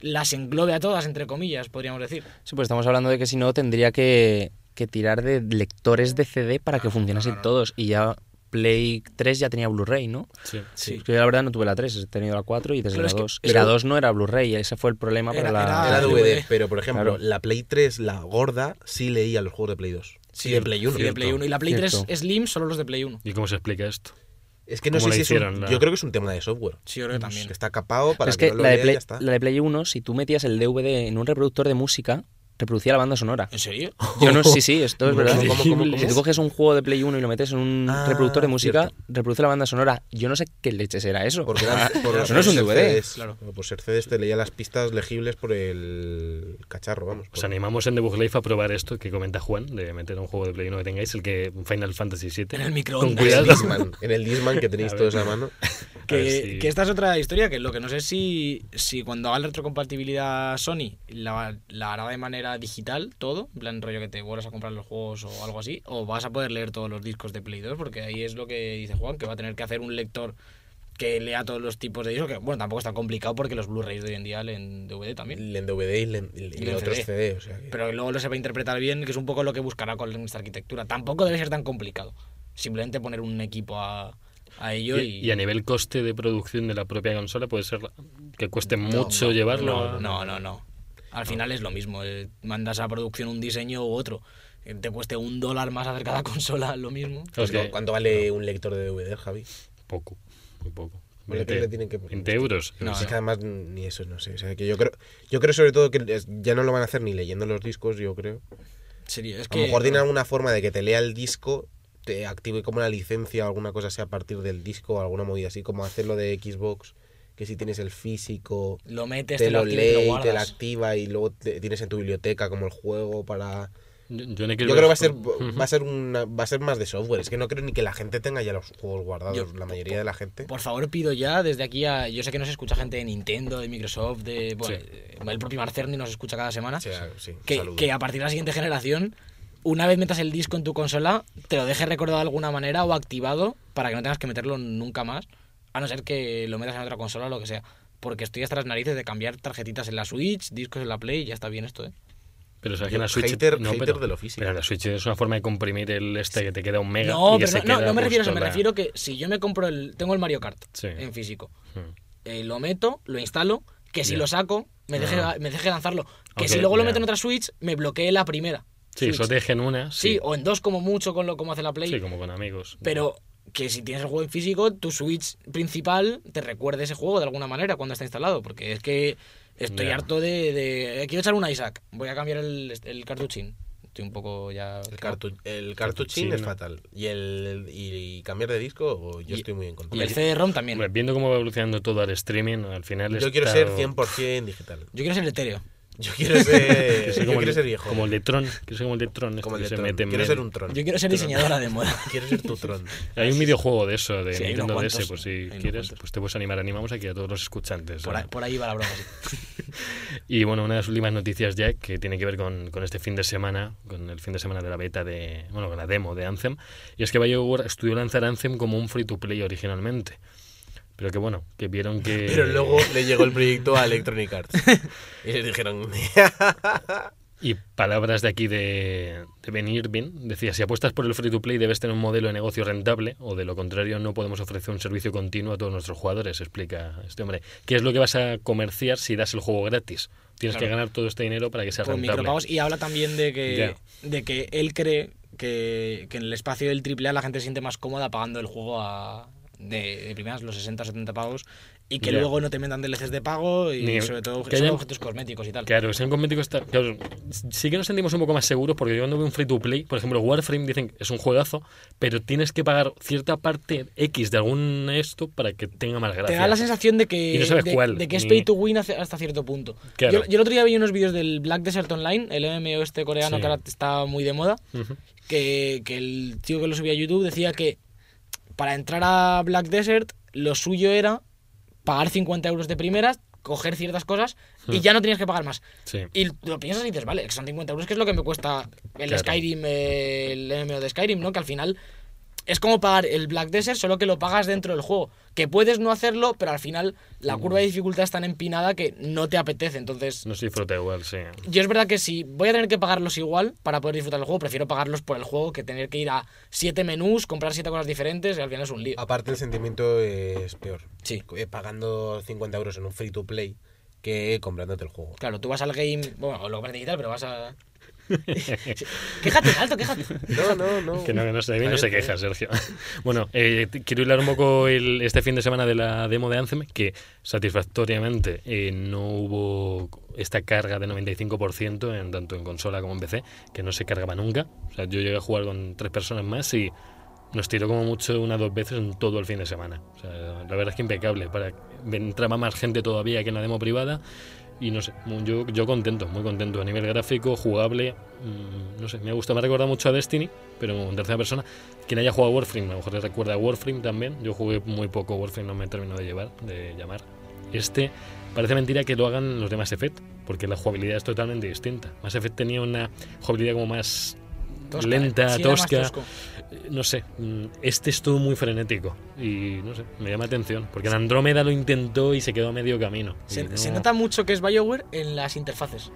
las englobe a todas, entre comillas, podríamos decir.
Sí, pues estamos hablando de que si no tendría que, que tirar de lectores de CD para
Ah,
que funcionasen todos. Y ya Play 3 ya tenía Blu-ray, ¿no?
Sí.
Es que Yo la verdad no tuve la 3, he tenido la 4 y desde
Claro,
la
es que-
2.
es
y la
que-
2 no era Blu-ray, ese fue el problema
Era-
para la...
Era
Ah,
DVD,
DVD.
pero por ejemplo,
Claro.
la Play 3, la gorda, sí leía los juegos de Play 2. Sí, de Play 1.
Y de Play 1. Y la Play
Cierto.
3 Slim, solo los de Play 1.
¿Y cómo se explica esto?
Es que no
¿Cómo
sé
la
si es un-
hicieron, la-
Yo creo que es un tema de software.
Mm, Sí, yo creo que también.
Que está capado para
es
que,
que,
no lo
la, de
lea y
Play,
ya está.
la de Play 1, si tú metías el DVD en un reproductor de música, reproducía la banda sonora.
¿En serio?
Yo no, sí, sí, esto es
¿Cómo,
verdad.
cómo, cómo,
Si
cómo?
tú coges un juego de Play 1 y lo metes en un
Ah,
reproductor de música, reproduce la banda sonora. Yo no sé qué leches era eso.
Porque eran- por-
Ah, eso
por
no es un
ser
DVD.
CDs, Por ser CDs te leía las pistas legibles por el cacharro, vamos.
Os
Pues-
por-
animamos en The Book Life a probar esto que comenta Juan, de meter un juego de Play 1 que tengáis, el que Final Fantasy VII.
En el
Con
microondas.
en el
cuidado.
Discman, en el Discman que tenéis
A ver.
todos a mano.
A ver
Que,
si-
que esta es otra historia que lo que no sé es si, si cuando haga la retrocompatibilidad Sony la, la hará de manera digital todo, en plan rollo que te vuelvas a comprar los juegos o algo así, o vas a poder leer todos los discos de Play 2, porque ahí es lo que dice Juan, que va a tener que hacer un lector que lea todos los tipos de discos, que bueno, tampoco está complicado porque los Blu-rays de hoy en día leen DVD también.
En DVD y, leen- y leen
Y en
otros
CD.
CD. o sea que-
Pero luego lo se va a interpretar bien, que es un poco lo que buscará con esta arquitectura. Tampoco debe ser tan complicado. Simplemente poner un equipo a, a ello y...
Y, y a nivel coste de producción de la propia consola puede ser que cueste mucho
no,
llevarlo.
No,
a-
no, no. no. Al final es lo mismo. eh, Mandas a producción un diseño u otro. Eh, Te cueste un dólar más hacer cada consola lo mismo.
Claro, es que-
¿Cuánto vale un lector de DVD, Javi?
Poco, muy poco.
Bueno, ¿qué le tienen que poner?
20 euros.
No,
Es que además ni eso, no sé. O sea, que yo creo, yo creo sobre todo que es- ya no lo van a hacer ni leyendo los discos, yo creo.
Serio, es
A
que
lo mejor tienen alguna forma de que te lea el disco, te active como la licencia o alguna cosa así a partir del disco o alguna movida así, como hacerlo de Xbox, que si tienes el físico,
lo metes,
te lo
activas y
lee, y te la
guardas.
activa y luego te- tienes en tu biblioteca como el juego para
Yo, yo no
Yo
quiero
creo que va a ser,
Ujú.
va a ser una, va a ser más de software. Es que no creo ni que la gente tenga ya los juegos guardados.
Yo-
la mayoría de la gente.
Por favor, pido ya desde aquí a. Yo sé que nos escucha gente de Nintendo, de Microsoft, de. bueno,
Sí.
eh, el propio Marcerni nos escucha cada semana.
o sea, sí, un
que,
saludo.
que a partir de la siguiente generación, una vez metas el disco en tu consola, te lo dejes recordado de alguna manera o activado para que no tengas que meterlo nunca más, a no ser que lo metas en otra consola o lo que sea. Porque estoy hasta las narices de cambiar tarjetitas en la Switch, discos en la Play, ya está bien esto, ¿eh?
Pero o sea, que en la Switch.
Hater-
no,
hater
pero,
de lo físico.
pero en la Switch es una forma de comprimir el este que te queda un mega.
No,
y que
pero no,
se
no,
queda
no me refiero a eso,
justo
me
la-
refiero que si yo me compro el. Tengo el Mario Kart
Sí.
en físico,
Mm.
eh, lo meto, lo instalo, que si
Ya.
lo saco, me deje,
Ah.
me deje lanzarlo. Que
Ok,
si luego lo
ya.
meto en otra Switch, me bloquee la primera.
Sí,
Switch.
solo te dejen una.
Sí,
Sí,
o en dos como mucho, con lo como hace la Play.
Sí, como con amigos.
Pero que si tienes el juego en físico, tu Switch principal te recuerde ese juego de alguna manera cuando está instalado. Porque es que estoy
Ya.
harto de, de- eh, Quiero echar un Isaac. Voy a cambiar el, el cartuchín. Estoy un poco ya.
El, cartu- el cartuchín
Cartuchín,
es
¿no?
fatal. Y el y, y cambiar de disco, o yo
Y-
estoy muy en contra.
Y el CD-ROM también.
Hombre, viendo cómo va evolucionando todo al streaming, al final
Yo
he
quiero ser
estado-
100% digital.
Yo quiero ser etéreo.
Yo quiero ser,
Yo
yo
soy como,
quiero
el,
ser viejo.
como el de Tron. Quiero ser como el de Tron. este
Como el
que
de
se
Tron.
mete en medio.
Quiero
Eh,
ser un tron.
Yo quiero ser diseñadora de moda.
Quiero ser tu tron.
Hay un videojuego de eso, de
Sí, hay
Nintendo
unos
DS,
cuantos.
pues si
Hay unos
quieres,
cuantos.
pues te puedes animar. Animamos aquí a todos los escuchantes.
Por
¿no?
ahí, por ahí va la broma. sí.
Y bueno, una de las últimas noticias ya que tiene que ver con, con este fin de semana, con el fin de semana de la beta de, bueno, con la demo de Anthem, y es que BioWare estudió lanzar Anthem como un free to play originalmente. Pero que bueno, que vieron que...
Pero luego le llegó el proyecto a Electronic Arts. Y le dijeron,
Y palabras de aquí de, de Ben Irving, decía, si apuestas por el free to play debes tener un modelo de negocio rentable o de lo contrario no podemos ofrecer un servicio continuo a todos nuestros jugadores, explica este hombre. ¿Qué es lo que vas a comerciar si das el juego gratis? Tienes que ganar todo este dinero para que sea
Pues
Con
rentable.
micropagos. Pues Y habla también de que,
Ya.
de que él cree que, que en el espacio del AAA la gente se siente más cómoda pagando el juego a. De, de primeras los 60 o 70 pagos y que
Ya.
luego no te metan DLCs de pago y
Ni-
sobre todo
que
solo
hayan-
objetos cosméticos y tal.
Claro, si un cosmético está. Claro, sí que nos sentimos un poco más seguros porque yo cuando veo un free to play, por ejemplo, Warframe dicen que es un juegazo, pero tienes que pagar cierta parte X de algún esto para que tenga más gracia.
Te da la sensación de que,
Y no sabes
de,
cuál,
de que es
ni-
pay to win hace- hasta cierto punto.
Claro.
Yo, yo el otro día vi unos vídeos del Black Desert Online, el MMO este coreano
Sí.
que ahora está muy de moda,
Ujú.
que, que el tío que lo subía a YouTube decía que para entrar a Black Desert lo suyo era pagar 50 euros de primeras, coger ciertas cosas y
Hmm.
ya no tenías que pagar más.
Sí.
Y lo piensas y dices, vale, que son 50 euros, que es lo que me cuesta el
Claro.
Skyrim, eh, el MMO de Skyrim, ¿no? Que al final es como pagar el Black Desert, solo que lo pagas dentro del juego. Que puedes no hacerlo, pero al final
Hmm.
la curva de dificultad es tan empinada que no te apetece. Entonces,
No se disfruta igual, sí.
yo es verdad que si voy a tener que pagarlos igual para poder disfrutar el juego, prefiero pagarlos por el juego que tener que ir a siete menús, comprar siete cosas diferentes y al final es un lío.
Ah.
Aparte el sentimiento es peor.
Sí.
Eh, Pagando 50 euros en un free to play que comprándote el juego.
Claro, tú vas al game, bueno, lo compras digital, pero vas a... quéjate, alto, quéjate.
No, no, no.
Que no, que no se,
Está
no
bien,
se
está
queja,
bien.
Sergio. Bueno, eh, t- quiero hilar un poco el- este fin de semana de la demo de Anthem, que satisfactoriamente eh, no hubo esta carga de 95%, en, tanto en consola como en PC, que no se cargaba nunca. O sea, yo llegué a jugar con tres personas más y nos tiró como mucho una o dos veces en todo el fin de semana. O sea, la verdad es que impecable. Para, entraba más gente todavía que en la demo privada. Y no sé, mu- yo, yo contento, muy contento. A nivel gráfico, jugable, mm, no sé, me ha gustado. Me ha recordado mucho a Destiny, pero en tercera persona. Quien haya jugado a Warframe, a lo mejor le recuerda a Warframe también. Yo jugué muy poco Warframe, no me terminó de llevar, de llamar. Este, parece mentira que lo hagan los de Mass Effect, porque la jugabilidad es totalmente distinta. Mass Effect tenía una jugabilidad como más
Tosca, ¿eh?
lenta,
sí, era más
tosca.
tosco.
Eh, no sé, mm, este es todo muy frenético y no sé, me llama atención, porque en Andrómeda lo intentó y se quedó a medio camino. y
Se,
no-
se nota mucho que es Bioware en las interfaces.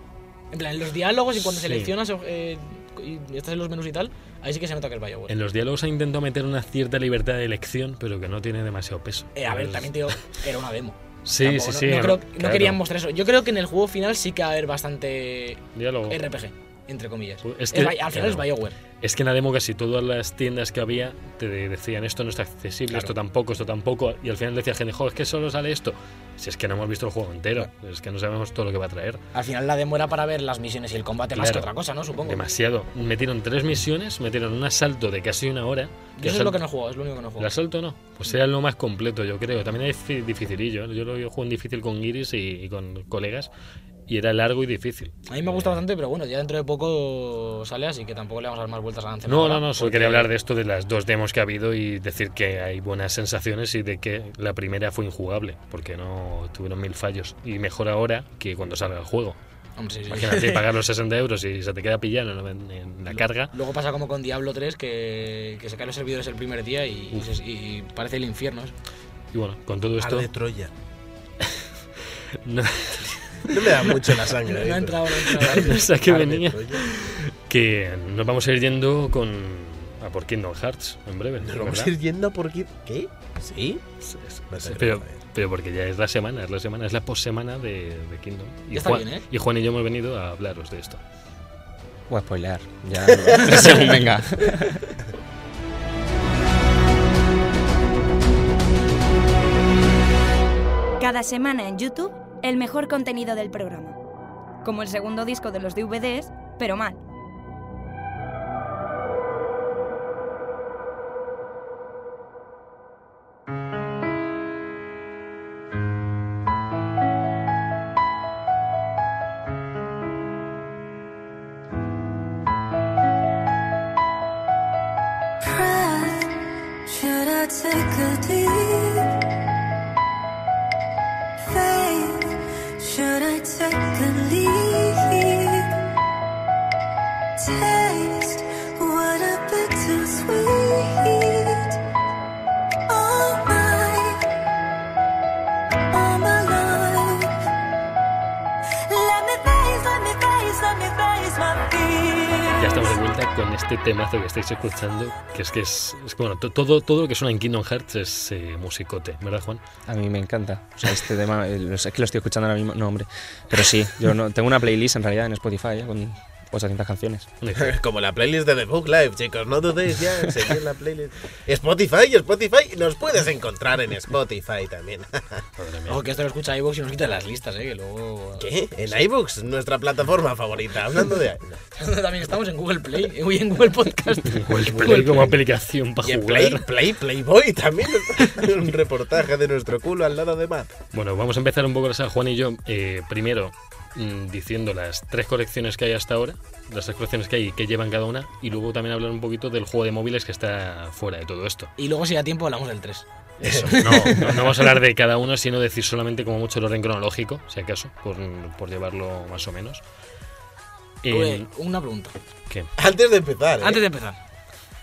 En plan, en los diálogos y cuando
Sí.
seleccionas eh, y estás en los menús y tal, ahí sí que se nota que es Bioware.
Pues En los diálogos ha intentado meter una cierta libertad de elección, pero que no tiene demasiado peso.
Eh, a ver,
Es-
también te digo, era una demo.
Sí, sí,
Tampoco, no-
sí.
No,
no-
creo- no
claro.
querían mostrar eso. Yo creo que en el juego final sí que va a haber bastante
Diálogo.
RPG, entre comillas.
Pues es
Es
que-
Bi- al final
claro.
es Bioware.
Es que en la demo casi todas las tiendas que había te de- decían esto no está accesible,
Claro.
esto tampoco, esto tampoco. Y al final decía gente, joder, es que solo sale esto. Si es que no hemos visto el juego entero, es que no sabemos todo lo que va a traer.
Al final la demo era para ver las misiones y el combate más que
Claro.
otra cosa, ¿no? Supongo.
Demasiado. Metieron tres misiones, metieron un asalto de casi una hora.
Yo eso es lo que no juego, es lo único que no
¿El
juego.
asalto no? Pues era lo más ¿eh? completo, yo creo. También es fi- dificilillo. Yo lo juego en difícil con Iris y, y con colegas. y era largo y difícil.
A mí me gusta bastante, pero bueno, ya dentro de poco sale, así que tampoco le vamos a dar más vueltas a la
No, no, no, solo quería hablar de esto, de las dos demos que ha habido y decir que hay buenas sensaciones y de que la primera fue injugable, porque no tuvieron mil fallos. Y mejor ahora que cuando salga el juego.
Hombre, sí, sí.
Imagínate pagar los 60 euros y se te queda pillado en- en, en la carga.
Luego pasa como con Diablo 3, que, que se caen los servidores el primer día y, y se- y parece el infierno. ¿eh? eso.
Y bueno, con todo esto...
Arde Troya.
No,
No me da mucho la
No,
sangre.
he
eh,
entrado, no he
pero-
entrado.
no sé a qué
Arde
venía.
Troya.
Que nos vamos a ir yendo con... A por Kingdom Hearts, en breve.
Nos
¿verdad?
vamos a ir yendo a por aquí. ¿Qué? ¿Sí?
Sí, sí,
No te
sí,
creo,
pero,
joder.
pero porque ya es la semana, es la semana, es la postsemana de, de Kingdom. Y
Está
Juan,
bien, ¿eh?
y Juan y yo hemos venido a hablaros de esto.
Voy a spoilear. Ya, según venga.
Cada semana en YouTube, el mejor contenido del programa. Como el segundo disco de los DVDs, pero mal.
breath? Should I take a deep? Faith, should I take a leap? Taste, what a bit too sweet. All my, all my life. Let me face, let me face, let me face my fears.
Ya estamos de vuelta con este temazo que estáis escuchando, que es que es, es que, bueno, to- todo, todo lo que suena en Kingdom Hearts es eh, musicote, ¿verdad, Juan?
A mí me encanta. O sea, este tema, eh, lo- es que lo estoy escuchando ahora mismo. No, hombre. Pero sí, yo no, tengo una playlist en realidad en Spotify ya, con 800 canciones.
Como la playlist de The Book Live, chicos, no dudéis ya en seguir la playlist. Spotify, Spotify, nos puedes encontrar en Spotify también.
Ojo, Oh, que esto lo escucha iVoox y nos quita las listas, ¿eh? Que luego...
¿Qué? En iBooks, nuestra plataforma favorita. Hablando de.
También estamos en Google Play, uy, en Google Podcast.
Google Play como aplicación para
Y en
jugar.
Play, Play, Playboy también. Un reportaje de nuestro culo al lado de Matt.
Bueno, vamos a empezar un poco, gracias a Juan y yo. Eh, primero, mm, diciendo las tres colecciones que hay hasta ahora, las tres colecciones que hay y que llevan cada una, y luego también hablar un poquito del juego de móviles que está fuera de todo esto.
Y luego si da tiempo hablamos del 3.
Eso, no, no, no vamos a hablar de cada uno, sino decir solamente como mucho el orden cronológico, si acaso, por, por llevarlo más o menos. Eh,
Oye, una pregunta.
¿qué?
Antes de empezar. ¿eh?
Antes de empezar,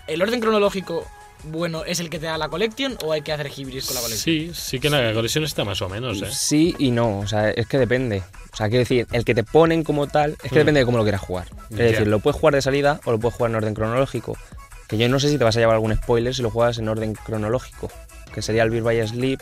¿el orden cronológico bueno es el que te da la colección o hay que hacer hibris con la colección?
Sí, sí que la colección está más o menos, ¿eh?
Sí y no, o sea, es que depende. O sea, quiero decir, el que te ponen como tal, es que
Mm.
depende de cómo lo quieras jugar. Es
Ya.
decir, lo puedes jugar de salida o lo puedes jugar en orden cronológico. Que yo no sé si te vas a llevar algún spoiler si lo juegas en orden cronológico. Que sería el Beer by Sleep,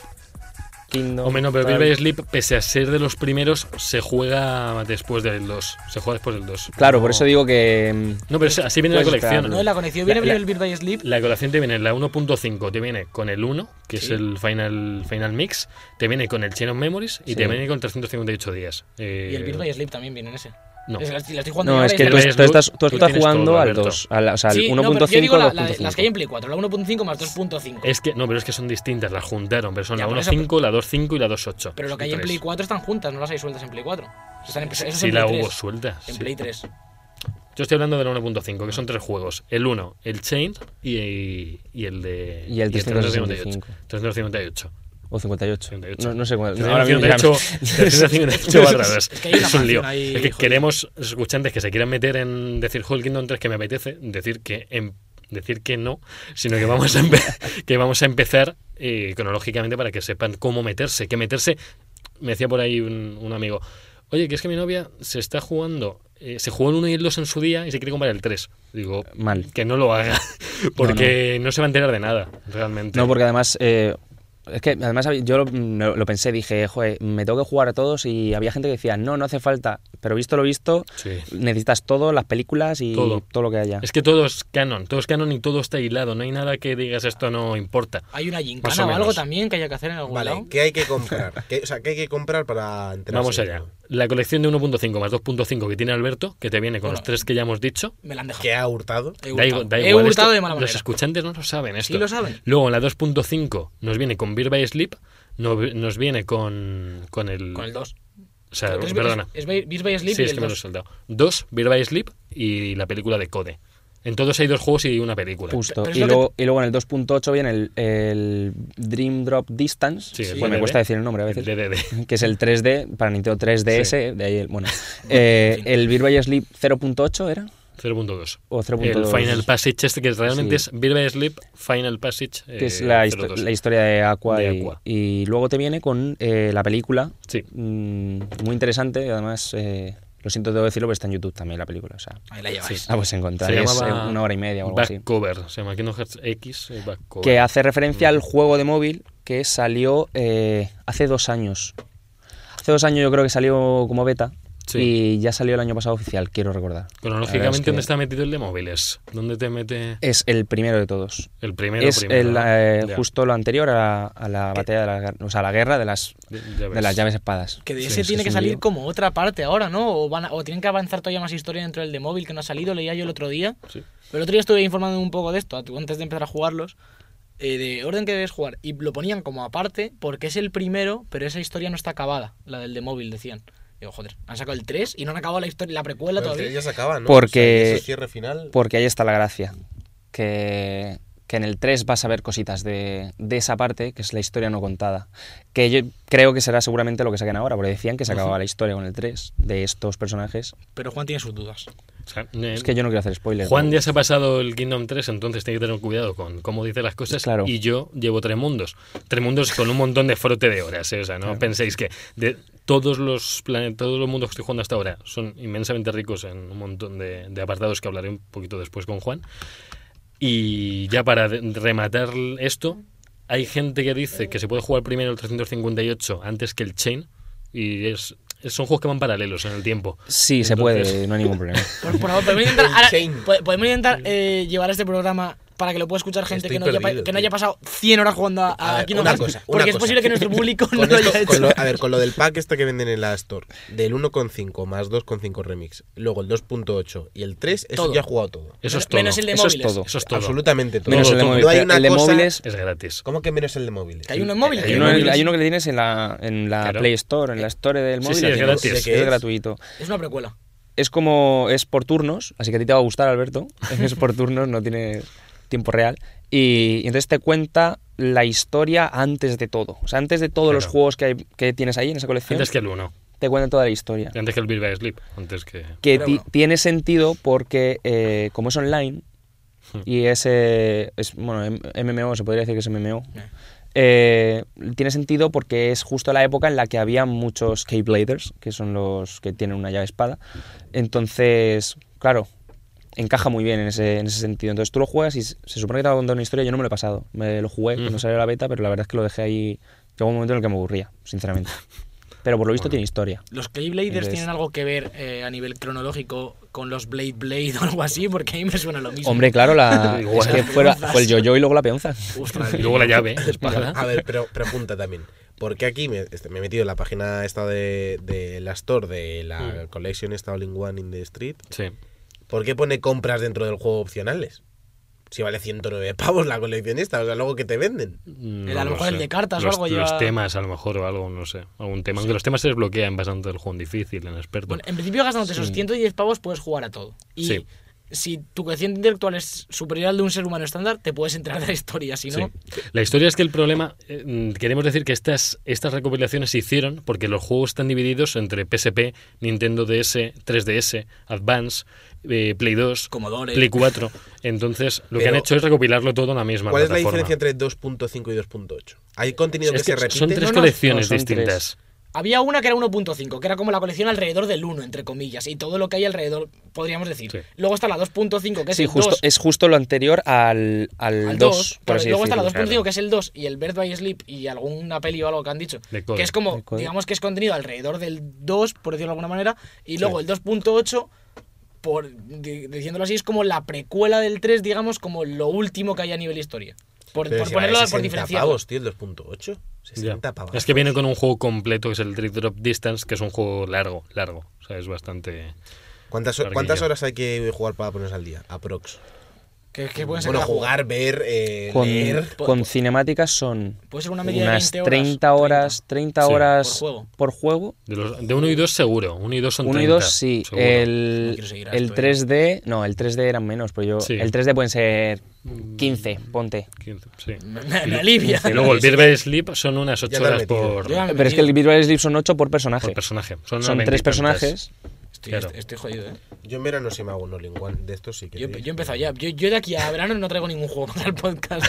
Kingdom.
O menos, pero
tal.
Bill by Sleep, pese a ser de los primeros, se juega después del 2. Se juega después del 2.
Claro,
No-
por eso digo que. mm,
No, pero así viene la
Puedes
colección.
esperarlo.
No, la colección viene
La-
primero
la-
el Beat by Sleep.
La colección te viene la 1.5, te viene con el 1, que es el final, final Mix, te viene con el Chain of Memories y
Sí.
te viene con 358 días. Eh,
Y el Beat by Sleep también viene en ese.
No.
Es, la estoy la estoy jugando
No,
yo
es
ahora y
que
está-
tú,
tienes
tú estás, tú
tú
estás
tienes
jugando
todo,
al
Alberto.
2, al, o sea, al
Sí, no, pero yo
1.5
digo
al
la- la- las que hay en
2.5.
Play 4, la 1.5 más 2.5.
Es que, no, pero es que son distintas, las juntaron, pero son
Ya,
la
por eso,
1.5, la 2.5 y la 2.8.
Pero lo que hay en Play 4 están juntas, no las hay sueltas en Play 4. Están en, eso es
Sí,
en
la
Play
hubo
3.
suelta.
En
sí.
Play 3.
Yo estoy hablando del 1.5, que son tres juegos. El 1, el Chain y, y el de...
Y el 358.
358.
O 58.
58.
No, no sé cuál. no, ahora mismo ya me-
358 358 barras.
Es que hay una
Es un lío.
canción ahí,
Es que
joder.
queremos, escuchantes que se quieran meter en decir Hulk Kingdom 3, que me apetece, decir que en- decir que no, sino que vamos a, empe- que vamos a empezar eh, cronológicamente para que sepan cómo meterse. Que meterse, me decía por ahí un, un amigo, oye, que es que mi novia se está jugando... eh, se jugó el 1 y el 2 en su día y se quiere comprar el 3. Digo,
Mal.
que no lo haga, porque no, se va a enterar de nada, realmente.
No, porque además. eh, es que además había- yo lo, no, lo pensé, dije, joder, me tengo que jugar a todos y había gente que decía, no, no hace falta, pero visto lo visto,
Sí.
necesitas todo, las películas y
Todo.
todo, lo que haya.
Es que todo es canon, todo es canon y todo está hilado. No hay nada que digas esto no importa.
Hay una
Más o
gincana o, algo
menos.
también que haya que hacer en algún
Vale,
lado.
¿qué hay que comprar? ¿Qué- o sea, ¿qué hay que comprar para entrar?
Vamos allá. La colección de 1.5 más 2.5 que tiene Alberto, que te viene con
Bueno.
los tres que ya hemos dicho.
Me la han dejado.
¿Qué ha hurtado?
He
Da
hurtado,
igual- da
He
igual,
hurtado
esto-
de mala manera.
Los escuchantes no lo saben esto.
Sí lo saben.
Luego en la 2.5 nos viene con Beer by Sleep, no- nos viene con, con el...
Con el 2.
O sea,
Creo que es-
perdona.
Es, es Beat by Sleep
sí,
y
es
el
que me lo he
dos.
soltado. Dos, Beer by Sleep y la película de Code. En todos hay dos juegos y una película.
Justo.
Pero es
Y
lo
luego, y luego en el 2.8 viene el, el Dream Drop Distance.
Sí, el
Bueno, me
DDD.
cuesta decir el nombre a
El
veces.
DDD.
que es el 3D para Nintendo 3DS, de ahí el, bueno, Eh, el Beat by Sleep 0.8 era
0.2.
o 0.2
El Final Passage, este que realmente
Sí.
es Beer by Sleep Final Passage.
que es
eh,
la, histo-
02.
la historia de Aqua,
De
y,
Aqua.
y luego te viene con eh, la película
Sí.
mm, muy interesante y además eh, lo siento debo decirlo pero está en YouTube también la película o sea
Ahí la lleváis.
la puedes encontrar
Se
es
llamaba
eh, una hora y media o algo
Back
así
Cover. Se llama Kingdom Hearts X eh, Back Cover.
que hace
Mm.
referencia al juego de móvil que salió eh, hace dos años. Hace dos años yo creo que salió como beta
Sí.
y ya salió el año pasado oficial, quiero recordar. La verdad
Cronológicamente,
es que
¿dónde está metido el de móviles? ¿Dónde te mete
Es el primero de todos.
el primero?
es
primero,
el,
¿no?
eh,
Ya,
justo lo anterior a la, a la batalla de la, gar- o sea, a la guerra de las,
ya
de
ves.
las llaves espadas.
Que de
Sí,
ese
es
tiene que
un
salir
lío.
como otra parte ahora, ¿no? O, van a- o tienen que avanzar todavía más historia dentro del de móvil que no ha salido, leía yo el otro día.
Sí.
Pero el otro día estuve informando un poco de esto, antes de empezar a jugarlos, eh, de orden que debes jugar. Y lo ponían como aparte, porque es el primero, pero esa historia no está acabada, la del de móvil, decían. Digo, joder, han sacado el 3 y no han acabado la historia, la precuela
Pero
todavía.
ya se acaba, ¿no?
Porque-
O sea, y eso es cierre final.
Porque ahí está la gracia. Que, que en el 3 vas a ver cositas de, de esa parte, que es la historia no contada. Que yo creo que será seguramente lo que saquen ahora, porque decían que se acababa la historia con el 3 de estos personajes.
Pero Juan tiene sus dudas.
O sea, eh,
Es que yo no quiero hacer spoilers.
Juan
¿no?
ya se ha pasado el Kingdom 3, entonces tiene que tener cuidado con cómo dice las cosas.
Claro.
Y yo llevo tres mundos. Tres mundos con un montón de frote de horas. ¿eh? O sea, no penséis que de todos los planetas, todos los mundos que estoy jugando hasta ahora son inmensamente ricos en un montón de, de apartados que hablaré un poquito después con Juan. Y ya para de- rematar esto, hay gente que dice que se puede jugar primero el 358 antes que el Chain. Y es, son juegos que van paralelos en el tiempo.
Sí, se
Entonces-
puede, no hay ningún problema.
Por, por favor, podemos intentar, ahora-
Shane.
po- podemos intentar, eh, llevar este programa para que lo pueda escuchar gente
Estoy
que no, haya, pa-
perdido,
que no
tío.
haya pasado 100 horas jugando a,
A
a
ver,
Kingdom
una
Hearts,
cosa, una
Porque es
cosa.
posible que nuestro público
Con
no lo
esto-
haya hecho.
con lo- a ver, con lo del pack este que venden en la Store, del 1.5 más 2.5 remix, luego el 2.8 y el 3, eso
Todo.
ya he jugado todo.
Eso es todo.
Menos el de
Eso es
móviles.
todo.
Eso es todo.
Absolutamente todo.
Menos el de
No
móviles.
hay
pero
una
el de
cosa-
móviles
Es gratis.
¿Cómo que menos el de móviles?
Que hay uno en móviles.
Hay
que
uno,
móviles.
hay uno que le tienes en la, en la
Claro. Eh,
Play Store, en la Store del
Sí,
móvil.
sí,
la
es
tienes.
gratis.
Es,
Es-
gratuito.
Es una precuela.
Es como, es por turnos, así que a ti te va a gustar, Alberto. Es por turnos, no tiene tiempo real. Y, y entonces te cuenta la historia antes de todo. O sea, antes de todos
Claro.
los juegos que, hay- que tienes ahí en esa colección,
Antes que el 1.
te cuenta toda la historia.
Antes que el Bill by Sleep. Antes que.
que
Pero
ti-
bueno.
tiene sentido porque eh, como es online
Hmm.
y es, eh, es, bueno em- MMO se podría decir que es MMO eh, tiene sentido porque es justo la época en la que había muchos Keybladers que son los que tienen una llave espada entonces claro encaja muy bien en ese, en ese sentido entonces tú lo juegas y se se supone que te va a contar una historia yo no me lo he pasado me lo jugué cuando
Ujú.
salió la beta pero la verdad es que lo dejé ahí llegó un momento en el que me aburría sinceramente pero por lo visto tiene historia
¿Los Claybladers
Entonces-
tienen algo que ver eh, a nivel cronológico con los Blade Blade o algo así? Porque a mí me suena lo mismo.
Hombre, claro, la,
Igual.
es que fuera, fue el yo-yo y luego la peonza.
Ostras,
Y luego la llave, la
A
espada.
ver, pero pregunta también. Porque aquí me, este, me he metido en la página esta de, de la store de la
Mm.
Collection esta All in One in the Street.
Sí.
¿Por qué pone compras dentro del juego opcionales? Si vale 109 pavos la colección esta, o sea, luego que te venden.
No
El- Eh, a
lo
lo mejor el
sé.
de cartas o
Los-
algo
Los
lleva-
temas, a lo mejor, o algo, no sé. Algún tema. Aunque los temas se desbloquean bastante del juego en difícil, en experto.
Bueno, en principio gastándote esos 110 pavos puedes jugar a todo. Y
Sí.
si tu coeficiente intelectual es superior al de un ser humano estándar, te puedes enterar de la historia, si no...
Sí. La historia es que el problema, eh, mm, queremos decir que estas, estas recopilaciones se hicieron porque los juegos están divididos entre PSP, Nintendo DS, 3DS, Advance, eh, Play 2,
Commodore.
Play 4. Entonces, lo que
Pero-
han hecho es recopilarlo todo en la misma
¿Cuál es la
plataforma.
diferencia entre 2.5 y 2.8? ¿Hay contenido que,
Es
se
que
repite?
son tres
No, no,
colecciones
no, son tres.
distintas.
Había una que era 1.5, que era como la colección alrededor del 1, entre comillas, y todo lo que hay alrededor, podríamos decir.
Sí.
Luego está la 2.5, que es
Sí,
el
justo,
2,
es justo lo anterior al, al,
al
2,
2,
por
claro,
así
y luego está la
decirlo.
2.5 que es el 2 y el Bird by Sleep y alguna peli o algo que han dicho,
De code.
que es como,
De code.
digamos que es contenido alrededor del 2, por decirlo de alguna manera, y luego el 2.8, por di- diciéndolo así, es como la precuela del 3, digamos, como lo último que hay a nivel historia. Por,
Pero
por
si vale
ponerlo por
60
diferenciarlo.
pavos, tío, el 2.8.
Ya.
60 pavos.
Es que viene con un juego completo que es el Trick Drop Distance, que es un juego largo, largo. O sea, es bastante.
¿Cuántas,
Larguillo.
¿Cuántas horas hay que jugar para ponerse al día? Aprox.
Que, que pueden ser
Bueno,
la-
jugar, ver, eh,
Con,
leer.
con cinemáticas son
Puede ser una media
unas
de 20
30 horas, 30
Sí, por
horas
juego.
por juego.
De, los, de uno y dos seguro. Uno y dos son
1 y
30,
2 sí.
seguro.
No
El,
quiero seguir a
el
esto, ¿eh?
3D, no, el 3D eran menos, pero yo.
Sí.
El 3D pueden ser 15, ponte.
15, sí.
Me, me- me alivia.
Y luego el Bird Sleep son unas 8
Ya te has
horas
metido.
por,
Yo ya me
Pero es que el Virtual Slip son 8 por personaje.
Mm. por personaje. Son,
Son
90 y tantas.
tres personajes.
Estoy,
Claro.
estoy jodido, ¿eh?
Yo en verano sí me hago un all-in-one. De estos sí que.
Yo,
te-
yo he empezado ya. Yo, yo de aquí a verano no traigo ningún juego para el podcast.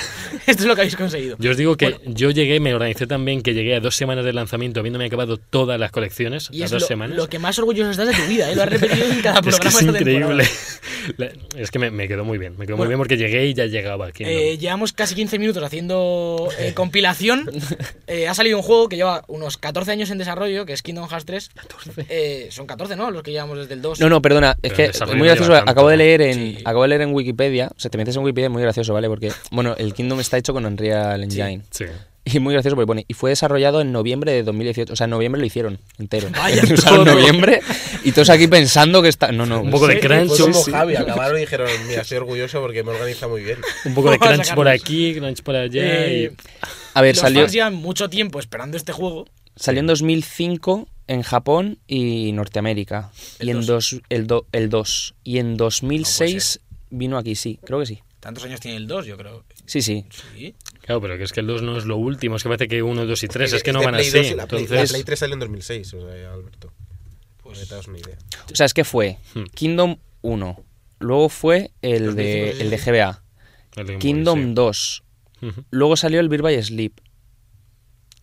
Esto es lo que habéis conseguido.
Yo os digo que yo llegué, me organicé también que llegué a dos semanas de lanzamiento habiéndome acabado todas las colecciones.
y
a
es
dos
lo,
semanas.
lo que más orgulloso estás de tu vida, ¿eh? Lo has repetido en cada
es que
programa
es
esta temporada.
increíble. La- es que me, me quedó muy bien. Me quedó muy
Bueno.
bien porque llegué y ya llegaba aquí. ¿no?
Eh, llevamos casi 15 minutos haciendo eh, compilación. Eh, ha salido un juego que lleva unos 14 años en desarrollo, que es Kingdom Hearts 3. Eh, son 14, ¿no? Los que llevamos desde el 2.
No, no, perdona, es
Pero
que
el
es
desarrollo
muy
no
gracioso.
lleva tanto,
Acabo de
¿no?
leer en
Pues Sí.
acabo de leer en Wikipedia, o sea, te metes en Wikipedia es muy gracioso, ¿vale? Porque bueno, el Kingdom está hecho con Unreal Engine.
Sí.
Y muy gracioso porque pone, y fue desarrollado en noviembre de 2018. O sea, en noviembre lo hicieron entero.
Vaya
Empezaron en
todo.
noviembre y todos aquí pensando que está. No, no.
Un poco de crunch,
Fue
sí,
como
sí.
Javi, acabaron y dijeron, mira, soy orgulloso porque me organiza muy bien.
un poco de
Vamos a
crunch por
sacarnos.
aquí, crunch por allá.
Eh,
y-
A ver,
los
salió,
fans llevan mucho tiempo esperando este juego.
salió en 2005 en Japón y Norteamérica.
El
y en
dos.
dos, el 2. y en
pues
2006 vino aquí, sí, creo que sí.
Tantos años tiene el 2, yo creo.
Sí, sí.
Sí.
Claro, pero que es que el 2 no es lo último. Es que parece que 1, 2 y 3 es que no
de
van
Play
así.
2 y la, Play, la
Entonces,
Play 3 salió en 2006, o sea, Alberto. Pues te das una idea.
O sea, es que fue
Hmm.
Kingdom 1. Luego fue el,
2005,
de,
sí,
el de
sí.
GBA.
el Game Boy,
Kingdom
sí.
2.
Ujú.
Luego salió el Beer by Sleep.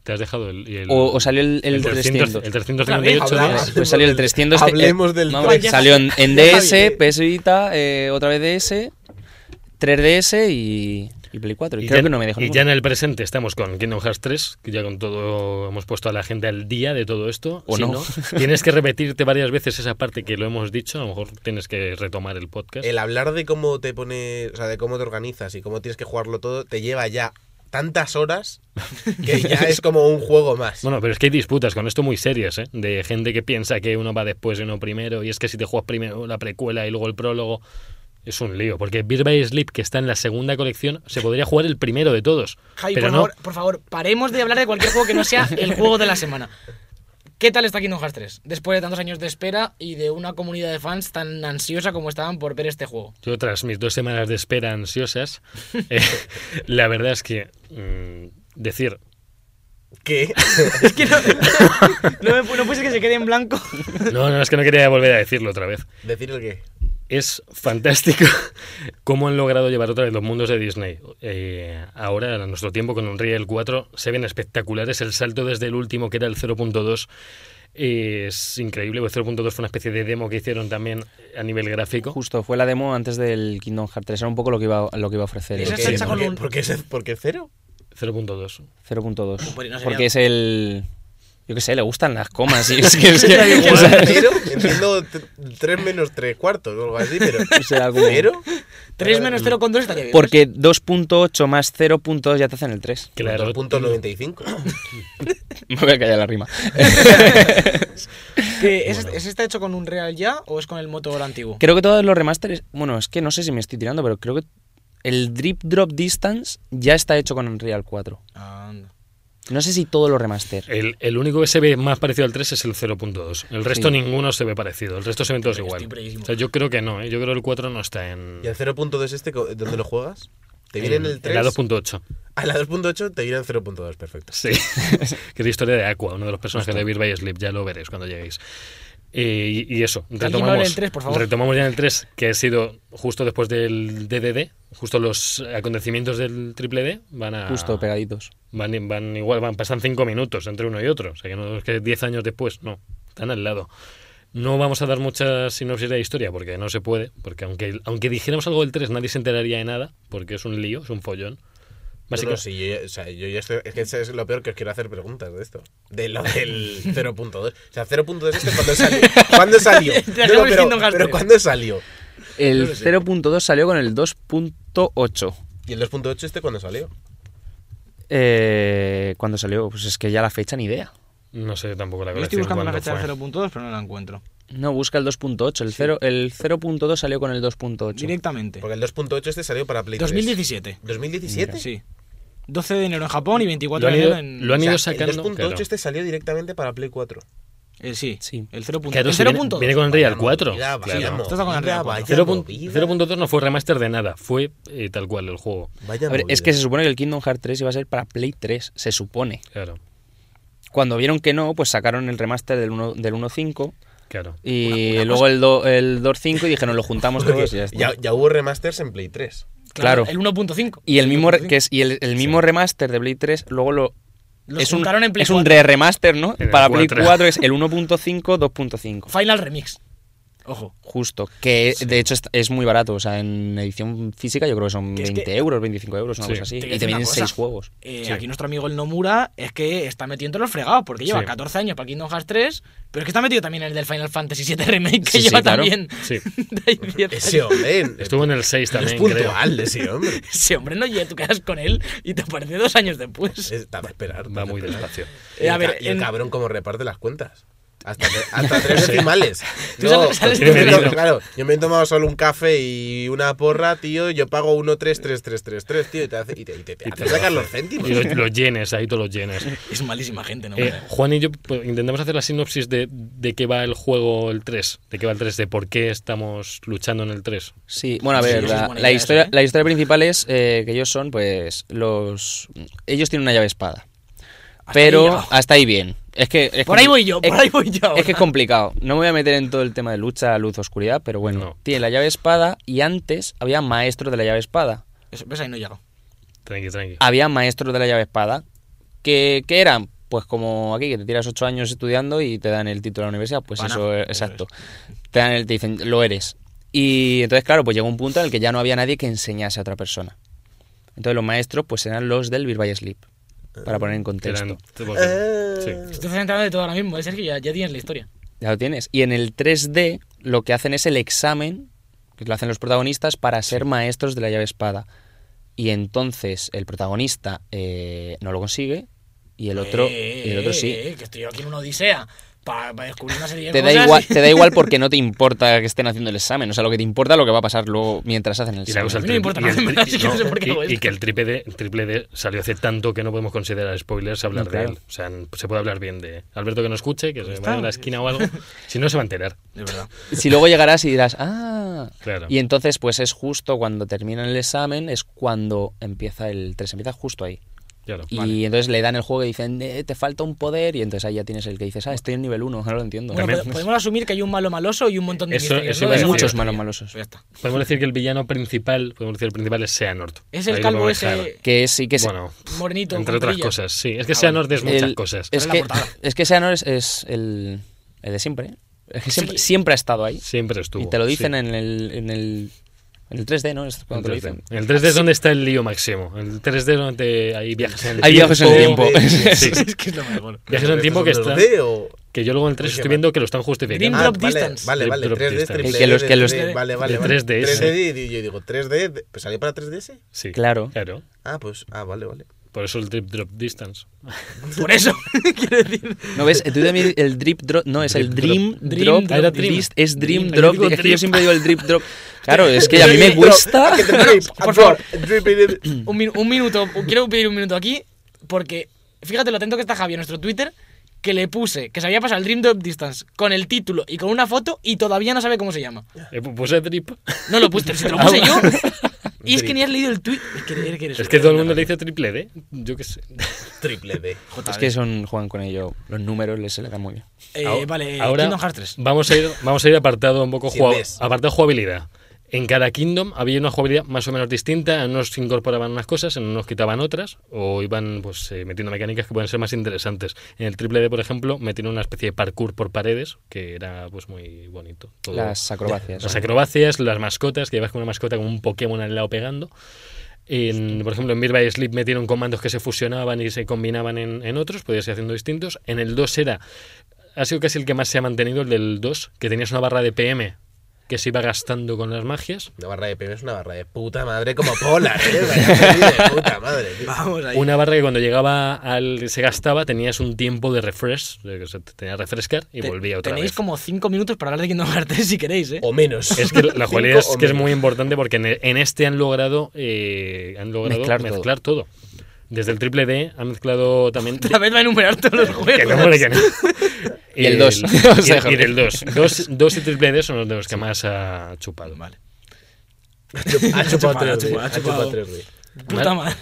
Te has dejado el. y el-
O, o salió el, el 300.
El 358.
Otra vez,
¿no?
hablamos.
Pues salió el 300. eh,
Hablemos del
vamos,
3.
Salió en, en
Ya está
DS,
bien.
PS Vita, eh, otra vez DS, 3DS y, y Play 4. Y, creo
ya,
que no me dejó
y
ninguno.
ya en el presente estamos con Kingdom Hearts 3, que ya con todo hemos puesto a la gente al día de todo esto.
O
Si
no.
tienes que repetirte varias veces esa parte que lo hemos dicho. A lo mejor tienes que retomar el podcast.
El hablar de cómo te pone, o sea, de cómo te organizas y cómo tienes que jugarlo todo, te lleva ya tantas horas que ya es como un juego más.
Bueno, pero es que hay disputas con esto muy serias, ¿eh? De gente que piensa que uno va después y uno primero, y es que si te juegas primero la precuela y luego el prólogo, es un lío. Porque Beer by Sleep, que está en la segunda colección, se podría jugar el primero de todos.
Javi,
pero
por,
no.
favor, por favor, paremos de hablar de cualquier juego que no sea el juego de la semana. ¿Qué tal está Kingdom Hearts 3? Después de tantos años de espera y de una comunidad de fans tan ansiosa como estaban por ver este juego.
Yo tras mis dos semanas de espera ansiosas, eh, la verdad es que mm, decir
¿Qué?
Es que no, no, me- no puede ser que se quede en blanco.
no, no es que no quería volver a decirlo otra vez.
¿Decir el qué?
Es fantástico cómo han logrado llevar otra vez los mundos de Disney. Eh, ahora, a nuestro tiempo, con Unreal 4, se ven espectaculares. El salto desde el último, que era el 0.2, eh, es increíble. El 0.2 fue una especie de demo que hicieron también a nivel gráfico.
Justo, fue la demo antes del Kingdom Hearts 3. Era un poco lo que iba, lo que iba a ofrecer. eh,
Esa
el
¿Por qué?
es salsa
¿Por
con
qué?
un-
¿Por qué es- por qué cero?
0.2.
0.2.
Bueno, no sería-
Porque es el. Yo qué sé, le gustan las comas. Y es que. Es que o sea,
¿Cero? Entiendo 3 menos 3 cuartos o algo así, pero
Será como-
¿cero?
3 menos 0 con 2 estaría bien.
porque 2.8 más 0.2 ya te hacen el 3.
Claro.
2.95.
Me voy a callar la rima.
Que ¿es, este, es está hecho con un Real ya o es con el motor antiguo?
Creo que todos los remasteres. Bueno, es que no sé si me estoy tirando, pero creo que el Drip Drop Distance ya está hecho con Unreal 4.
Anda.
No sé si todos los remaster.
El, el único que se ve más parecido al 3 es el 0.2. El resto
Sí.
ninguno se ve parecido. El resto se ven todos igual.
preguísimo.
O sea, yo creo que no. ¿eh? Yo creo que el 4 no está en,
¿Y el 0.2 este co- dónde lo juegas? ¿Te viene en el 3?
la 2.8.
A la 2.8 te viene en 0.2, perfecto.
Sí. que es la historia de Aqua, uno de los personajes de Beer by Sleep. Ya lo veréis cuando lleguéis. Eh, y, y eso,
me hable
retomamos,
del 3, por favor.
retomamos ya en el 3, que ha sido justo después del DDD, justo los acontecimientos del triple D van a...
Justo, pegaditos.
Van, van igual, van, pasan cinco minutos entre uno y otro. O sea que no es que diez años después, no, están al lado. No vamos a dar mucha sinopsis de la historia porque no se puede, porque aunque, aunque dijéramos algo del 3 nadie se enteraría de nada, porque es un lío, es un follón.
Básico.
Básicamente,
sí, yo, ya- o sea, yo ya estoy, es que eso es lo peor que os quiero hacer preguntas de esto. De lo del 0.2. O sea, 0.2 este cuando salió. ¿Cuándo salió?
Ya
No,
estamos
no, pero,
diciendo gasto.
pero ¿cuándo salió?
El 0.2 salió con el 2.8.
¿Y el 2.8 este cuándo salió?
Eh, ¿Cuándo salió? Pues es que ya la fecha ni idea.
no sé tampoco la
Yo estoy
colección
buscando la
cuándo
fecha del
fue.
0.2, pero no la encuentro.
No, busca el 2.8. El 0 el 0.2 salió con el 2.8.
Directamente.
Porque el 2.8 este salió para Play 3.
2017.
¿2017?
Sí. 12 de enero en Japón y 24
Lo han
de
ido,
enero en.
lo han
O sea,
ido
el
sacando.
2.8
claro.
este salió directamente para Play 4.
Eh, sí,
Sí.
El 0.2.
Claro,
el
si viene,
0.2.
viene con Real 4.
Mira,
claro.
vaya
Esto está con
movida,
el Real 4.
vaya
0.-
movida.
0.2 no fue remaster de nada, fue eh, tal cual el juego.
Vaya
A ver, es
movida.
que se supone que el Kingdom Hearts 3 iba a ser para Play 3, se supone.
Claro,
Cuando vieron que no, pues sacaron el remaster del 1.5 del 1.5
claro.
y luego el, do- el 2.5 y dijeron, lo juntamos
Porque
todos y ya está.
ya, ya hubo remasters en Play 3.
claro.
El 1.5.
Y el mismo, re-
1.5.
que es, y el, el mismo remaster de Play 3 luego lo...
Los
es un,
juntaron en Play
es un
4.
re-remaster, ¿no?
En el
Para Play
4.
4 es el 1.5, 2.5.
Final Remix. Ojo.
Justo, que de hecho es, es muy barato. O sea, en edición física yo creo que son
Que es
20
que-
euros, 25 euros, una
Sí.
cosa así.
Te voy a
Y
decir
te
una
vienen
cosa.
6 juegos.
Eh,
Sí.
Aquí nuestro amigo el Nomura es que está metiendo los fregados porque lleva
Sí.
14 años para Kingdom Hearts 3, pero es que está metido también en el del Final Fantasy VII Remake que
Sí, sí,
lleva
claro.
también.
Sí.
Hay cierta-
Ese hombre. en-
Estuvo en el 6
no es
también, creo.
puntual ese hombre.
Ese hombre no llega, tú quedas con él y te aparece dos años después.
Eh.
Está a esperar.
Va muy despacio.
Eh, a
Y el
ver,
ca- y el
en-
cabrón cómo reparte las cuentas. Hasta, tre- hasta tres decimales.
Tú sabes que sales
yo me
de-
tomo- claro, yo me he tomado solo un café y una porra, tío. Yo pago 133333, tío. Y te, hace, y te, y te- te hace sacar los céntimos.
Y los, los yenes, ahí todos los yenes.
Es malísima gente, ¿no?
Eh, Juan y yo pues, intentamos hacer la sinopsis de, de qué va el juego el 3, de qué va el 3, de por qué estamos luchando en el 3.
Sí, bueno, a
Sí,
ver,
eso es
la,
buena
la
idea,
historia,
eso, ¿eh?
la historia principal es eh, que ellos son, pues, los... Ellos tienen una llave espada.
Hasta ahí
pero
llegado.
hasta ahí bien. Es que... es
Por ahí
compli-
voy yo,
es-
por ahí voy yo ahora.
Es que es complicado. No me voy a meter en todo el tema de lucha, luz, oscuridad, pero bueno.
No.
Tiene la llave espada y antes había maestros de la llave espada.
Eso, ¿Ves? Ahí no he llegado.
Tranqui, tranqui.
Había maestros de la llave espada que, que eran... Pues como aquí, que te tiras ocho años estudiando y te dan el título de la universidad, pues
Pana,
eso,
eso
exacto. Te, dan el, te dicen, lo eres. Y entonces, claro, pues llegó un punto en el que ya no había nadie que enseñase a otra persona. Entonces los maestros, pues eran los del Beat by Sleep, para poner en
Que
contexto.
eran- sí.
Estoy centrado de todo ahora mismo, ¿eh, Sergio? Ya, ya tienes la historia.
Ya lo tienes. Y en el 3D lo que hacen es el examen, que lo hacen los protagonistas, para ser maestros de la llave espada. Y entonces el protagonista eh, no lo consigue y el otro,
Eh,
y el otro sí.
eh, que estoy yo aquí en una odisea para descubrir una
eh,
serie de
Te da,
cosas.
igual,
y-
te da igual porque no te importa que estén haciendo el examen. O sea, lo que te importa es lo que va a pasar luego mientras hacen el
Y la
examen.
cosa, el
A mí no me importa
triple- y el tri-
nada, en verdad, sí que no
no,
sé por qué
y-
hago
y
esto.
que el triple D, triple D salió hace tanto que no podemos considerar spoilers hablar
No, claro. Pues
de él. O sea, n- se puede hablar bien de Alberto que no escuche, que se
está.
vaya a la esquina o algo. si no, se va a enterar.
De verdad.
Si luego llegarás y dirás, ah.
Claro.
Y entonces, pues es justo cuando terminan el examen, es cuando empieza el 3, empieza justo ahí.
Claro.
Y entonces le dan el juego y dicen, "Eh, te falta un poder, y entonces ahí ya tienes el que dices, ah, estoy en nivel 1, ahora lo entiendo.
Bueno,
También-
pode- podemos asumir que hay un malo maloso y un montón de
Eso-
misterios,
eso
¿no?
iba a
De
Hay
decir.
esa
muchos
historia.
malos malosos.
Ya está.
Podemos decir que el villano principal, podemos decir el principal es Seanort.
Es el
Ahí lo
calvo
podemos
ese-
dejar.
pues, Que es, sí que es.
Bueno,
Morenito.
entre
con
otras
brillas.
cosas, sí. Es que
Ah,
Seanort es muchas
el-
cosas.
Es
Pero
que,
la portada.
es que Seanor es, es el, el de siempre. ¿eh? Es que siempre, siempre ha estado ahí.
Siempre estuvo.
y te lo dicen
sí.
en, el, en, el, en el 3D, ¿no? Es cuando te lo dicen.
En el 3D es donde está el lío máximo. En el 3D es donde te- hay viajes en el
Hay
tiempo.
viajes en el tiempo.
Sí.
Es que es lo mejor.
Viajes en el tiempo que está. Que yo luego en el 3
Oye,
estoy
vale.
viendo que lo están
Dream
justificando.
Drop
vale,
Distance.
Vale, vale,
Drop
3D,
Distance.
triple
Que los- que los-
D, vale, vale,
de
vale.
3DS.
3D, y yo digo, 3D, pues salía para 3DS.
Sí.
Claro.
Claro.
Ah, pues, ah, vale, vale.
Por eso el Drip Drop Distance.
Por eso, quiero decir.
No ves, tú también el drip drop, no, es el
Drip
dream
drop.
drop,
Dream drop.
list, es dream
Dream, yo
drop,
digo
es que yo
drip.
siempre digo el drip drop. Claro, es que a mí me
Drip, drop,
cuesta.
a que te drip,
Por
a
favor.
drop, drip, drip, drip.
Un, minu- un minuto, quiero pedir un minuto aquí, porque fíjate lo atento que está Javi en nuestro Twitter, que le puse que se había pasado el Dream Drop Distance con el título y con una foto y todavía no sabe cómo se llama.
Eh, pu- Puse Drip.
No lo puse, se lo puse yo. Y es que ni has leído el tweet. Es que, es que eres
Es que
un-
todo el mundo le dice triple D. Yo qué sé.
Triple D.
Es que son, juegan con ello, los números les se le dan muy bien.
Eh,
Ahora-
vale,
ahora
Kingdom Hearts 3.
Vamos a ir, vamos a ir apartado un poco
Sí,
jugab-
ves.
apartado jugabilidad. En cada Kingdom había una jugabilidad más o menos distinta, en unos incorporaban unas cosas, en unos quitaban otras, o iban pues eh, metiendo mecánicas que pueden ser más interesantes. En el triple D, por ejemplo, metieron una especie de parkour por paredes, que era pues muy bonito. Todo-
Las acrobacias.
las
¿no?
acrobacias, las mascotas, que llevas con una mascota como un Pokémon al lado pegando. En, por ejemplo, en Beat by Sleep metieron comandos que se fusionaban y se combinaban en, en otros, podías ir haciendo distintos. En el 2 era, ha sido casi el que más se ha mantenido, el del 2, que tenías una barra de PM que se iba gastando con las magias.
Una barra de premios es una barra de puta madre como Polar, ¿eh? Vaya, de puta madre. tío.
Vamos ahí.
Una barra que cuando llegaba al se gastaba tenías un tiempo de refresh, de que se te tenía que refrescar y
Te-
volvía otra
Tenéis
vez.
como 5 minutos para hablar de Kingdom Hearts 3 si queréis, ¿eh?
O menos.
Es que la cualidad
Cinco
es
o
que es
menos.
muy importante porque en, en este han logrado, eh, han logrado
Mezclar
mezclar,
todo.
todo. Desde el triple D han mezclado también.
Otra vez va a enumerar todos los juegos.
Que no, hombre, que no.
Y el dos.
Y,
O sea,
y del
joder.
2. 2 y triple D son los de los que más ha chupado.
Vale.
Ha chupado
Ha
tres,
chupado, ha
ha
chupado.
chupado tres, güey.
Puta madre.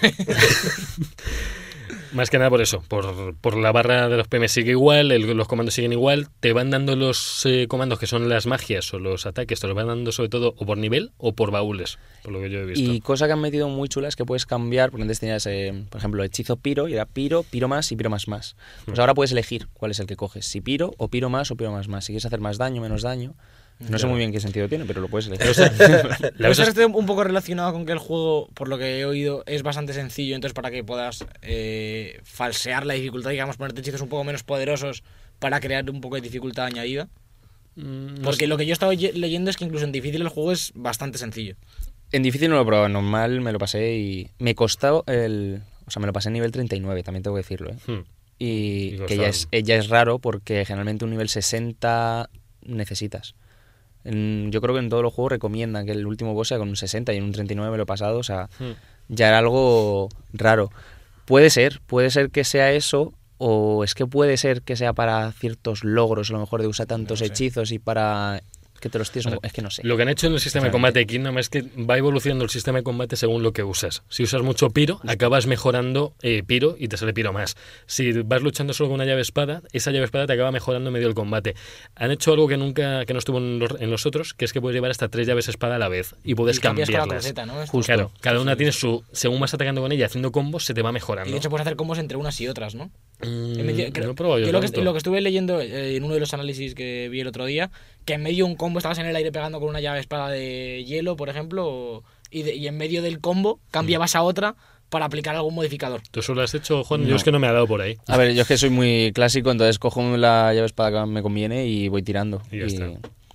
Más que nada por eso, por, por la barra de los PM sigue igual, el- los comandos siguen igual, te van dando los eh, comandos que son las magias o los ataques, te los van dando sobre todo o por nivel o por baúles, por lo que yo he visto.
Y cosa que han metido muy chula es que puedes cambiar, porque antes tenías, eh, por ejemplo, hechizo piro, y era piro, piro más y piro más más.
Hmm.
Pues ahora puedes elegir cuál es el que coges, si piro o piro más o piro más más. Si quieres hacer más daño, menos daño. No sé muy bien qué sentido tiene, pero lo puedes elegir.
O sea, la
La
cosa es-
un poco relacionado con que el juego, por lo que he oído, es bastante sencillo, entonces para que puedas eh, falsear la dificultad, digamos, ponerte hechizos un poco menos poderosos para crear un poco de dificultad añadida.
mm, no
Porque
sé,
lo que yo estaba ye- leyendo es que incluso en difícil el juego es bastante sencillo.
En difícil no lo he probado, en normal me lo pasé y me costó el... O sea, me lo pasé en nivel 39, también tengo que decirlo, ¿eh?
hmm,
Y,
Y
que
costado.
ya es, eh, ya es raro porque generalmente un nivel 60 necesitas. En- yo creo que en todos los juegos recomiendan que el último boss sea con un 60 y en un 39 me lo he pasado, o sea,
hmm.
ya era algo raro. Puede ser, puede ser que sea eso, o es que puede ser que sea para ciertos logros, a lo mejor de usar tantos hechizos y para que te los tires. un- Es que no sé.
Lo que han hecho en el sistema de combate de Kingdom es que va evolucionando el sistema de combate según lo que usas. Si usas mucho piro, acabas mejorando eh, piro y te sale piro más. Si vas luchando solo con una llave espada, esa llave espada te acaba mejorando en medio del combate. Han hecho algo que nunca que no estuvo en los, en los otros, que es que puedes llevar hasta tres llaves espada a la vez y puedes
Y cambias con la
cambiarlas.
cruceta, ¿no? Esto.
Justo.
Claro, cada una tiene su. Según vas atacando con ella, haciendo combos, se te va mejorando.
Y de hecho puedes hacer combos entre unas y otras, ¿no?
Mm,
En medio- creo-
no he probado yo
lo, que,
tanto.
lo que estuve leyendo eh, en uno de los análisis que vi el otro día, que en medio de un combo estabas en el aire pegando con una llave espada de hielo, por ejemplo, o- y, de- y en medio del combo
Mm.
cambiabas a otra para aplicar algún modificador.
¿Tú solo has hecho, Juan? Yo es que no me ha dado por ahí.
A ver, yo es que soy muy clásico, entonces cojo la llave espada que me conviene y voy tirando.
Y ya está.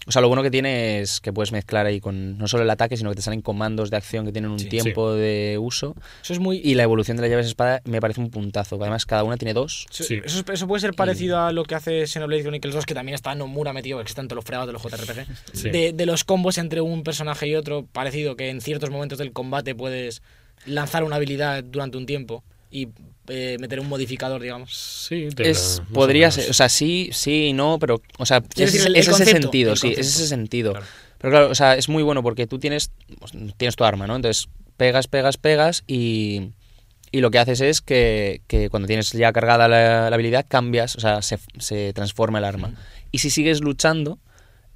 O sea, lo bueno que tiene es que puedes mezclar ahí con no solo el ataque, sino que te salen comandos de acción que tienen un
Sí.
tiempo de uso.
Eso es muy...
Y la evolución de las llaves espada me parece un puntazo. Además, cada una tiene dos.
eso,
sí.
eso es- eso puede ser parecido a lo que hace Xenoblade Chronicles 2, que también está Nomura metido, que están todos los fregados de los JRPG,
Sí.
de, de los combos entre un personaje y otro, parecido que en ciertos momentos del combate puedes lanzar una habilidad durante un tiempo y eh, meter un modificador, digamos.
Sí, te-
Es,
más o
podría
menos.
ser, o sea, sí, sí, y no, pero, o sea,
Quiero
es,
decir, el-
es
el
ese
concepto,
sentido,
el
sí, es ese
concepto.
sentido.
Claro.
Pero claro, o sea, es muy bueno porque tú tienes, pues, tienes tu arma, ¿no? Entonces, pegas, pegas, pegas y, y lo que haces es que, que cuando tienes ya cargada la, la habilidad, cambias, o sea, se, se transforma el arma. Y si sigues luchando,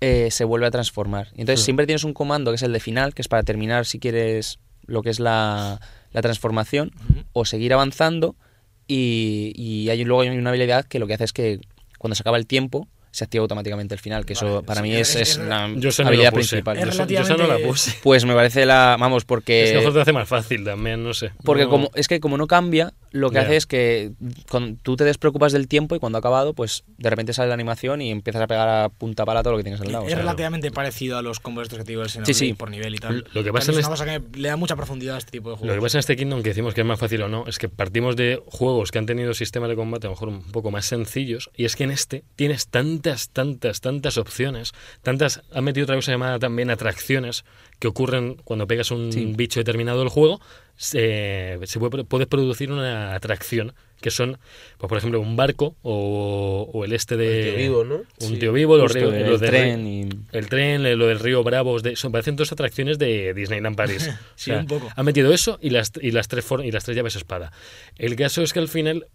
eh, se vuelve a transformar. Y Entonces, siempre tienes un comando que es el de final, que es para terminar, si quieres, lo que es la, la transformación, o seguir avanzando. Y, y hay, luego hay una habilidad que lo que hace es que cuando se acaba el tiempo, se activa automáticamente el final, que eso para
sí,
mí
es-
es,
es-
es la
Yo esa no la
habilidad
puse.
principal.
Es
Yo esa-
Yo-
yo esa no la
relativamente-
puse.
Pues me parece la. Vamos, porque.
Es que a lo mejor te hace más fácil también, no sé.
Eh, Porque
No-
como es que como no cambia, lo que
Ya.
hace es que con- tú te despreocupas del tiempo y cuando ha acabado, pues de repente sale la animación y empiezas a pegar a punta pala todo lo que tienes al lado. o
es
sea,
relativamente parecido a los combos estos que te digo del
Sí,
Xenoblade
sí.
por nivel y tal.
Lo que pasa
También
en
es una cosa que le da mucha profundidad a este tipo de
Lo
juegos.
que pasa en este Kingdom, que decimos que es más fácil o no, es que partimos de juegos que han tenido sistemas de combate a lo mejor un poco más sencillos, y es que en este tienes tantas, tantas, tantas opciones, tantas, han metido otra cosa llamada también atracciones, que ocurren cuando pegas un bicho determinado del juego, se, se puede pro- puedes producir una atracción, que son, pues por ejemplo, un barco o, o el este de...
El tío vivo, ¿no?
Un tío vivo, los,
justo,
ríos-
el
los de-
tren y-
el tren, el- lo del río Bravos, de, son, parecen dos atracciones de Disneyland París. O
Sí, un poco.
Han metido eso y las, y las, tres, for- y las tres llaves espada. El caso es que al final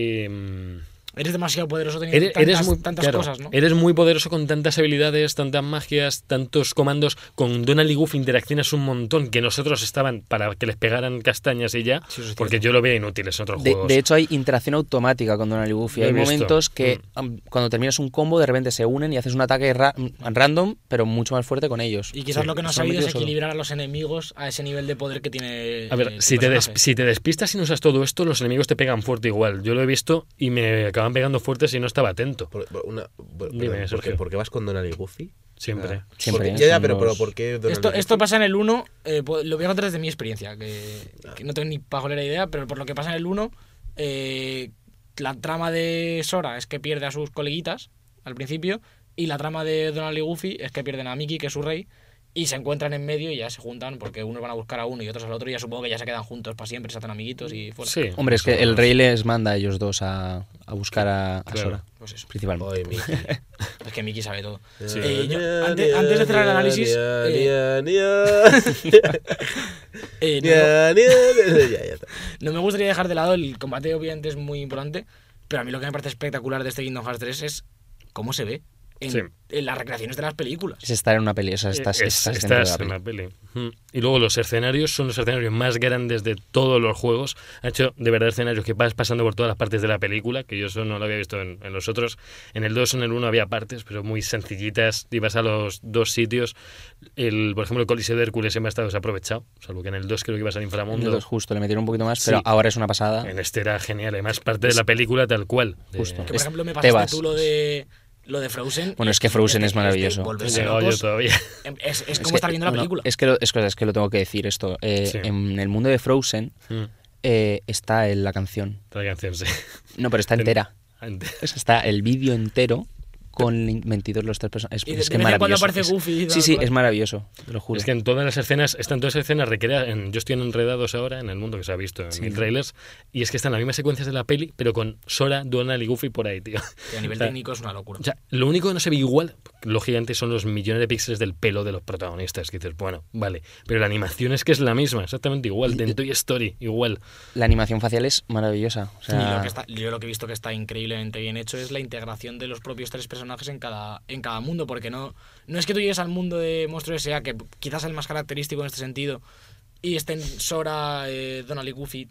eh,
Eres demasiado poderoso teniendo
eres,
tantas,
eres muy,
tantas
claro,
cosas, ¿no?
eres muy poderoso con tantas habilidades, tantas magias, tantos comandos. Con Donald y Goofy interacciones un montón que nosotros estaban para que les pegaran castañas y ya,
Sí, eso es
porque yo lo veía inútiles en otros
De,
juegos.
de hecho, hay interacción automática con Donald y Goofy.
Lo he
Hay
visto. Mm.
momentos que am, cuando terminas un combo, de repente se unen y haces un ataque ra- mm, random, pero mucho más fuerte con ellos.
Y quizás
Sí,
lo que no has
se lo han
sabido es
metido solo.
equilibrar a los enemigos a ese nivel de poder que tiene.
A
eh,
ver,
tu
si te, des-
personaje.
si te despistas y no usas todo esto, los enemigos te pegan fuerte igual. Yo lo he visto y me acaban pegando fuerte si no estaba atento.
Por- por una- por-
Dime,
perdón, ¿por qué-
Sergio.
¿Por qué vas con Donald y Goofy?
Siempre.
Porque-
Siempre. ¿eh?
ya, ya,
Son
pero, pero
los-
¿por qué Donald
Esto,
Duck?
esto pasa en el 1, eh, po- lo voy a contar desde mi experiencia, que, que no tengo ni pajolera idea, pero por lo que pasa en el 1, eh, la trama de Sora es que pierde a sus coleguitas al principio, y la trama de Donald y Goofy es que pierden a Mickey, que es su rey, y se encuentran en medio y ya se juntan, porque unos van a buscar a uno y otros al otro, y ya supongo que ya se quedan juntos para siempre, se hacen amiguitos y fuera.
Sí.
Hombre, es
Eso
que el rey les manda a ellos dos a, a buscar a, a
Claro.
Sora,
Pues eso.
principalmente.
Ay, Mickey.
Es que Mickey sabe todo.
Sí.
Eh, yo- antes, antes de cerrar el análisis, eh,
Ya, ya,
eh, no-
ya, ya, ya está.
No me gustaría dejar de lado el combate, obviamente es muy importante, pero a mí lo que me parece espectacular de este Kingdom Hearts 3 es cómo se ve en,
Sí.
en las recreaciones de las películas.
Es estar en una peli, o sea,
Eh, Es-
estás, estás
estás
dentro de la
en
peli.
la peli. Ujú. Y luego los escenarios son los escenarios más grandes de todos los juegos. Ha hecho de verdad escenarios que vas pasando por todas las partes de la película, que yo eso no lo había visto en, en los otros. En el 2, en el 1 había partes, pero muy sencillitas. Ibas a los dos sitios. El, por ejemplo, el Coliseo de Hércules siempre ha estado desaprovechado, salvo que en el 2 creo que ibas al
En el
inframundo.
dos justo, le metieron un poquito más, pero
Sí.
ahora es una pasada.
En este era genial, además parte de la película tal cual. Eh, de-
Justo.
Que por
Es-
ejemplo me
te
pasaste
vas.
tú lo de lo de Frozen.
Bueno,
y
es que Frozen es maravilloso.
No he
volverse
llegado yo
locos.
todavía.
Em, Es, es como
que-
estar viendo la
no, no,
película.
es, que lo, es, que- es que lo tengo que decir esto. Eh,
Sí.
En el mundo de Frozen
Mm,
eh, está el- la canción.
Otra canción, sí.
No, pero está
Ten-
entera.
Ante-
O sea, está Pues el vídeo entero con in- 22 los tres personas. Es,
Y de-
es
de
que
vez en cuando
maravilloso.
aparece
Es-
Goofy y tal,
sí, sí,
tal.
es maravilloso, te lo juro.
Es que en todas las escenas, están todas las escenas recreadas, en- yo estoy en enredados ahora en el mundo que se ha visto en mil trailers, y es que están las mismas secuencias de la peli, pero con Sora, Donald y Goofy por ahí, tío.
Que a nivel
O sea,
técnico es una locura.
O sea, lo único que no se ve igual, lo gigante son los millones de píxeles del pelo de los protagonistas, que dices, bueno, vale, pero la animación es que es la misma, exactamente igual, de en Toy Story, igual.
La animación facial es maravillosa. O sea,
Y lo que está- yo lo que he visto que está increíblemente bien hecho es la integración de los propios tres personajes en cada, en cada mundo, porque no, no es que tú llegues al mundo de Monstruo S.A., que quizás es el más característico en este sentido, y estén Sora, eh, Donald y Goofy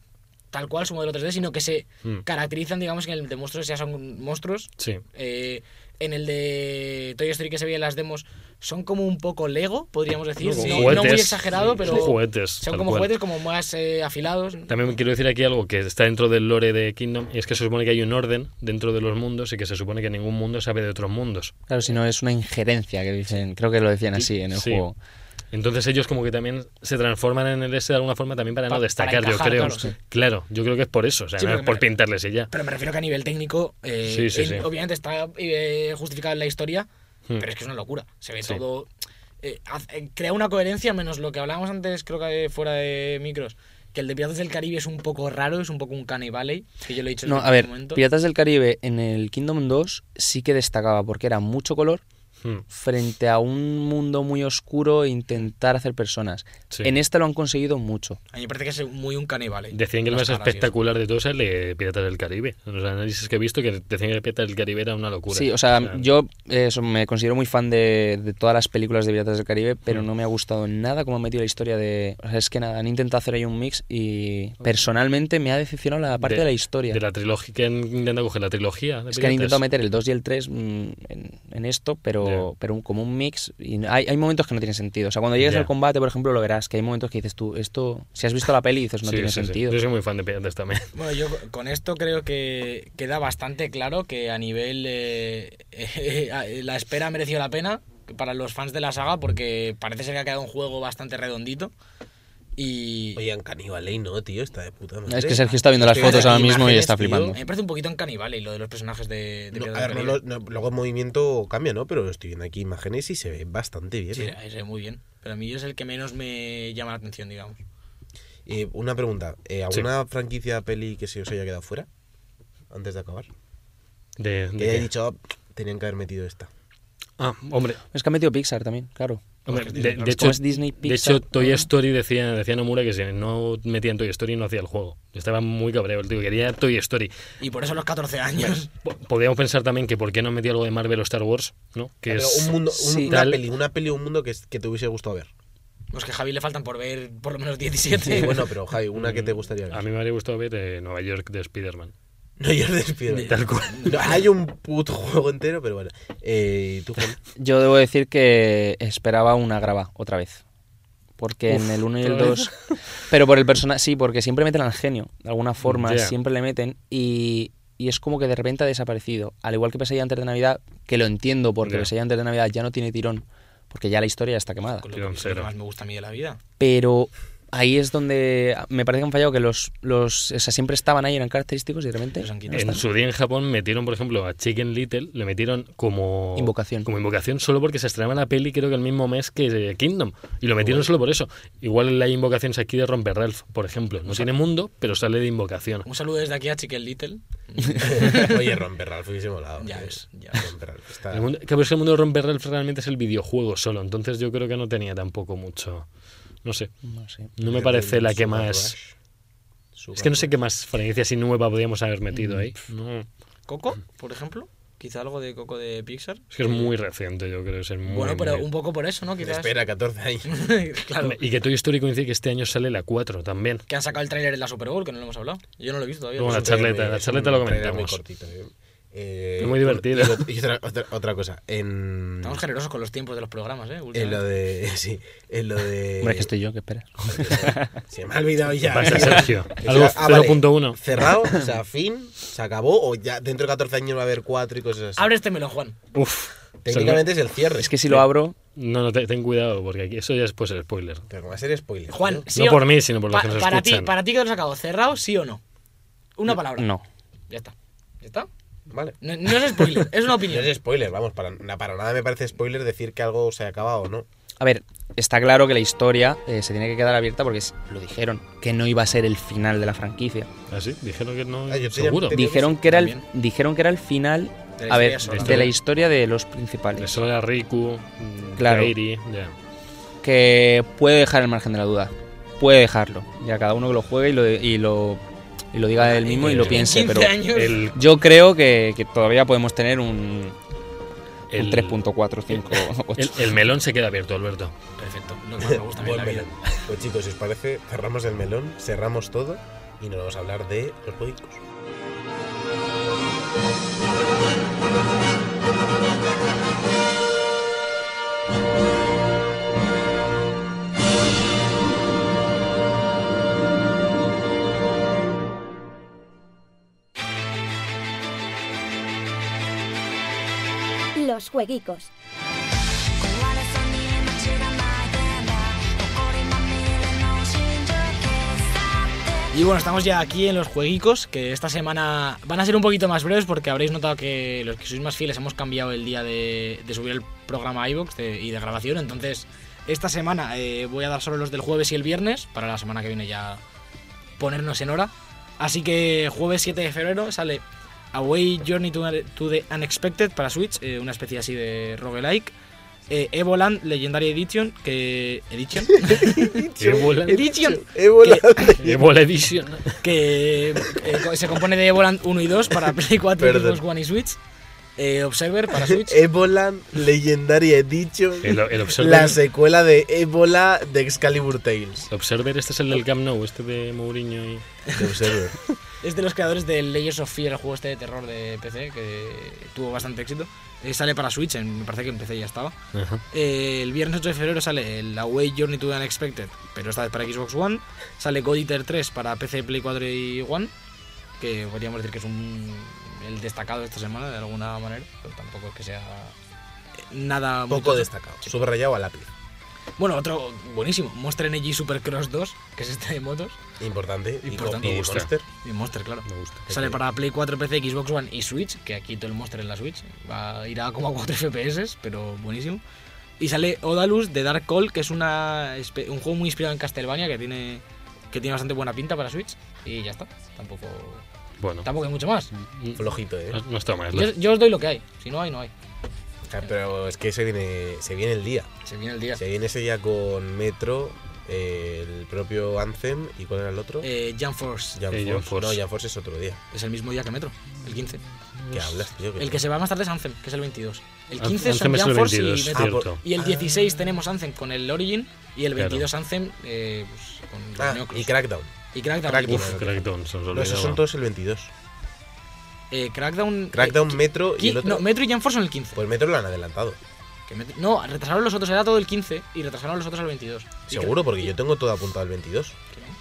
tal cual su modelo 3D, sino que se
Mm.
caracterizan, digamos, que en el de Monstruo S.A. son monstruos,
Sí.
eh, en el de Toy Story que se veía en las demos son como un poco Lego, podríamos decir,
Como
no, no
juguetes.
muy exagerado,
Sí,
pero
son juguetes,
son
tal
como
cual.
juguetes, como más eh, afilados.
También quiero decir aquí algo que está dentro del lore de Kingdom, y es que se supone que hay un orden dentro de los mundos y que se supone que ningún mundo sabe de otros mundos.
Claro, si no es una injerencia que dicen, creo que lo decían así en el
Sí.
juego.
Entonces ellos como que también se transforman en el S de alguna forma también para no
Pa- para
destacar,
encajar,
yo creo.
claro, sí.
Claro, yo creo que es por eso, o sea,
Sí,
no es
porque
por
me-
pintarles y ya.
Pero me refiero que a nivel técnico, eh,
Sí, sí,
en-
sí.
obviamente está eh, justificado en la historia,
Hmm.
pero es que es una locura. Se ve
Sí.
todo. eh, haz- eh, crea una coherencia, menos lo que hablábamos antes, creo que eh, fuera de micros, que el de Piratas del Caribe es un poco raro, es un poco un Caney Valley, que yo lo he dicho en
No,
el
a ver,
momento.
Piratas del Caribe en el Kingdom 2 sí que destacaba porque era mucho color
Hmm.
eh, frente a un mundo muy oscuro e intentar hacer personas.
Sí.
En esta lo han conseguido mucho.
A mí me parece que es muy un Caney Valley.
Decían que el más
Las caras y eso.
espectacular de todos es el de Piratas del Caribe. En los análisis que he visto que decían que Piratas del Caribe era una locura.
Sí, o sea,
Era-
yo eh, eso, me considero muy fan de, de todas las películas de Piratas del Caribe,
Mm.
pero no me ha gustado nada cómo han metido la historia de... O sea, es que nada, han intentado hacer ahí un mix y personalmente me ha decepcionado la parte de, la historia.
De la trilogía, que han intentado coger la trilogía. de
Es que han
Piratas.
intentado meter el 2 y el 3 en, en esto, pero,
Ya.
pero un- como un mix. Y hay, hay momentos que no tienen sentido. O sea, cuando llegues
Ya.
al combate, por ejemplo, lo verás, que hay momentos que dices tú, esto, si has visto la peli, dices, no
Sí,
tiene
sí, sí.
sentido.
Yo soy muy fan de Piratas también.
Bueno, yo con esto creo que queda bastante claro que a nivel eh, eh, la espera ha merecido la pena para los fans de la saga porque parece ser que ha quedado un juego bastante redondito y
Oye, en Caníbal Ley no, tío, está de puta madre.
Es que Sergio está viendo las
Estoy
fotos
viendo
ahora
aquí
mismo y
imágenes,
está
tío.
flipando.
a mí me parece un poquito en canibal y lo de los personajes de, de
No,
Piratas
a ver,
del
no,
Caribe.
lo- no, luego el movimiento cambia, ¿no? Pero estoy viendo aquí imágenes y se ve bastante bien.
Sí,
¿eh?
ahí se ve muy bien, pero a mí es el que menos me llama la atención, digamos.
Eh, una pregunta, eh,
Sí.
¿alguna franquicia peli que se os haya quedado fuera? Antes de acabar.
De, de
Que hayáis
que-
dicho, "Ah, tenían que haber metido esta.
Ah, hombre,
Es que ha metido Pixar también, claro.
Hombre, de, de hecho,
Como es Disney,
de
Pixar,
hecho, Toy Story decía, decía Nomura que si no metía en Toy Story no hacía el juego. Estaba muy cabreado el tío, quería Toy Story.
Y por eso a los 14 años.
Po- Podríamos pensar también que por qué no metía algo de Marvel o Star Wars, ¿no? Que
Pero
es
un mundo, un-
sí.
una,
tal-
peli, una peli, un mundo que, es- que te hubiese gustado ver.
Los que a Javi le faltan por ver por lo menos
Sí,
17.
bueno, pero Javi, una que te gustaría ver.
A mí me habría gustado ver eh, Nueva York de Spider-Man.
No, yo os despido.
Tal cual.
No, hay un puto juego entero, pero bueno. Eh, ¿Tú, Juan?
Yo debo decir que esperaba una grava otra vez. Porque en el 1 y el
otra
2. Pero por el personaje. Sí, porque siempre meten al genio. De alguna forma,
Ya.
siempre le meten. Y y es como que de repente ha desaparecido. Al igual que Pesadilla antes de Navidad, que lo entiendo porque
Ya.
Pesadilla antes de Navidad ya no tiene tirón, porque ya la historia ya está quemada.
Con
Tío,
lo que,
en
es lo que
serio.
más me gusta a mí de la vida.
Pero ahí es donde me parece que han fallado que los, los o sea, siempre estaban ahí, eran característicos y de repente
Los han quitado.
no
En
están.
su día en Japón metieron, por ejemplo, a Chicken Little, le metieron como
Invocación.
Como invocación solo porque se estrenaba la peli creo que el mismo mes que eh, Kingdom. Y lo metieron solo por eso. Igual hay invocaciones aquí de Romper Ralph, por ejemplo. No tiene mundo, pero sale de invocación.
Un saludo desde aquí a Chicken Little.
Oye, romper Ralph hubiese molado.
Ya
eh.
ves, ya
Romper Ralph está-
El mundo, que pues el mundo de Romper Ralph realmente es el videojuego solo, entonces yo creo que no tenía tampoco mucho. No sé.
No sé.
No me
Yo
parece
tengo
la
un
que
Sugar
más.
Rush.
Es que no sé qué más franquicia así nueva podríamos haber metido ahí. No.
Coco, por ejemplo. Quizá algo de Coco de Pixar.
Es que es muy reciente, yo creo. Es el muy,
bueno, pero
muy-
un poco por eso, ¿no? Quizás.
Espera 14 años.
claro.
Y que Toy Story coincide que este año sale la 4 también.
Que han sacado el tráiler en la Super Bowl, que no lo hemos hablado. Yo no lo he visto todavía.
Luego
no
la
sé.
charleta, la
Es
charleta
un
lo
trailer muy
comentamos.
cortito, eh. Eh,
Es muy divertido.
bueno, Y, y otra, otra, otra cosa. En,
Estamos generosos con los tiempos de los programas, ¿eh?
en lo
últimamente.
de. Sí, en lo de.
Hombre, es que estoy yo, ¿qué esperas?
Se me ha olvidado ya. eh.
pasa, Sergio?
O sea,
Algo
ah, vale,
0.1.
Cerrado, o sea, fin, se acabó, o ya dentro de 14 años va a haber 4 y cosas así.
Abre este melón, Juan.
Uf.
Técnicamente es el cierre.
Es que si lo abro,
No, no, te- ten cuidado, porque aquí, eso ya es pues, el spoiler.
Pero va a ser spoiler.
Juan, sí
no
o-
por mí, sino por los
pa-
que nos
para ti,
escuchan.
para ti que lo has sacado, cerrado, sí o no. Una palabra.
no.
Ya está. Ya está.
Vale.
No, no es spoiler, es una
No
opinión.
es spoiler, vamos, para, na- para nada me parece spoiler decir que algo se ha acabado o no.
A ver, está claro que la historia eh, se tiene que quedar abierta porque es- lo dijeron, que no iba a ser el final de la franquicia.
¿Ah, sí? Dijeron que no.
Ah, yo te
seguro.
llamo- te-
Dijeron que era el,
También.
dijeron que era el final
De la historia
a ver,
sola.
de la historia de los principales.
Eso era Riku, mm,
Claro.
Kairi, ya.
Que puede dejar el margen de la duda. Puede dejarlo. Ya cada uno que lo juegue y lo, y lo, y lo diga él mismo y lo
En
piense.
15
Pero
Ah, años.
El,
yo creo que, que todavía podemos tener un,
el-
un 3.45.
el- el melón se queda abierto, Alberto.
Perfecto. Lo que más me gusta a mí en
Buen
la vida.
melón. Pues chicos, si os parece, cerramos el melón, cerramos todo y nos vamos a hablar de los jueguitos.
Los jueguicos.
Y bueno, estamos ya aquí en los jueguicos, que esta semana van a ser un poquito más breves porque habréis notado que los que sois más fieles hemos cambiado el día de, de subir el programa a iVoox de- y de grabación. Entonces, esta semana eh, voy a dar solo los del jueves y el viernes, para la semana que viene ya ponernos en hora. Así que jueves 7 de febrero sale Away Journey to, to the Unexpected para Switch, eh, una especie así de roguelike. Eh, Evoland Legendary Edition, que... ¿Edition?
Evola,
Edition,
Evola Edition.
que eh, co- se compone de Evoland 1 y 2 para Play 4,
Perdón.
Xbox One y Switch. Eh, Observer para Switch.
Ebolan Legendaria Edition.
El, el Observer.
La secuela de Ébola de Excalibur Tales.
el Observer, este es el del Camp Nou, este de Mourinho y.
De Observer.
Es de los creadores de Layers of Fear, el juego este de terror de PC, que tuvo bastante éxito. Eh, sale para Switch, en- me parece que en PC ya estaba.
Ajá.
Eh, el viernes 8 de febrero sale el Away Journey to the Unexpected, pero esta vez para Xbox One. Sale God Eater 3 para PC, Play 4 y One, que podríamos decir que es un, el destacado de esta semana de alguna manera, pero tampoco es que sea eh, nada muy
Poco
tocho.
destacado. Subrayado a lápiz.
Bueno, otro buenísimo, Monster Energy Supercross 2, que es este de motos.
Importante. Y,
Importante.
con- y
Me gusta.
Monster.
Y Monster, claro.
Me gusta.
Sale para Play 4, PC, Xbox One y Switch, que aquí todo el Monster en la Switch. Va, irá como a 4 FPS, pero buenísimo. Y sale Odalus de Dark Call, que es una, espe- un juego muy inspirado en Castlevania, que tiene, que tiene bastante buena pinta para Switch. Y ya está, tampoco,
Bueno,
tampoco hay mucho más.
Flojito, eh.
Ah.
no, no está mal.
Yo, yo os doy lo que hay, si no hay, no hay.
Ah, Pero es que se viene, se viene el día.
Se viene el día.
Se viene ese día con Metro, eh, el propio Anthem y ¿cuál era el otro?
Eh, Jump Force
Jam
eh, Jump Force.
No, Jam Force es otro día.
es el mismo día que Metro, el 15.
¿Qué hablas, tío?
Pues El que se va más tarde es Anthem, que es el 22. El
An-
15 son
Anthem es el
Jump Force
22,
y Metro.
Ah, por-
cierto.
Y el 16 tenemos Anthem con el Origin y el
Claro.
22 Anthem eh, pues, con los
Ah,
Neoclus.
y Crackdown.
Y Crackdown.
Crackdown.
Uf, Crackdown, se nos
No, esos
olvidaba.
son todos el 22.
Eh, crackdown.
Crackdown,
eh,
Metro y
qui-
el otro.
No, Metro y Jam Force son el 15.
Pues Metro lo han adelantado.
Que Metro- no, retrasaron los otros, era todo el 15 y retrasaron los otros al 22. Y
Seguro,
Crack-
porque yo tengo todo apuntado al 22.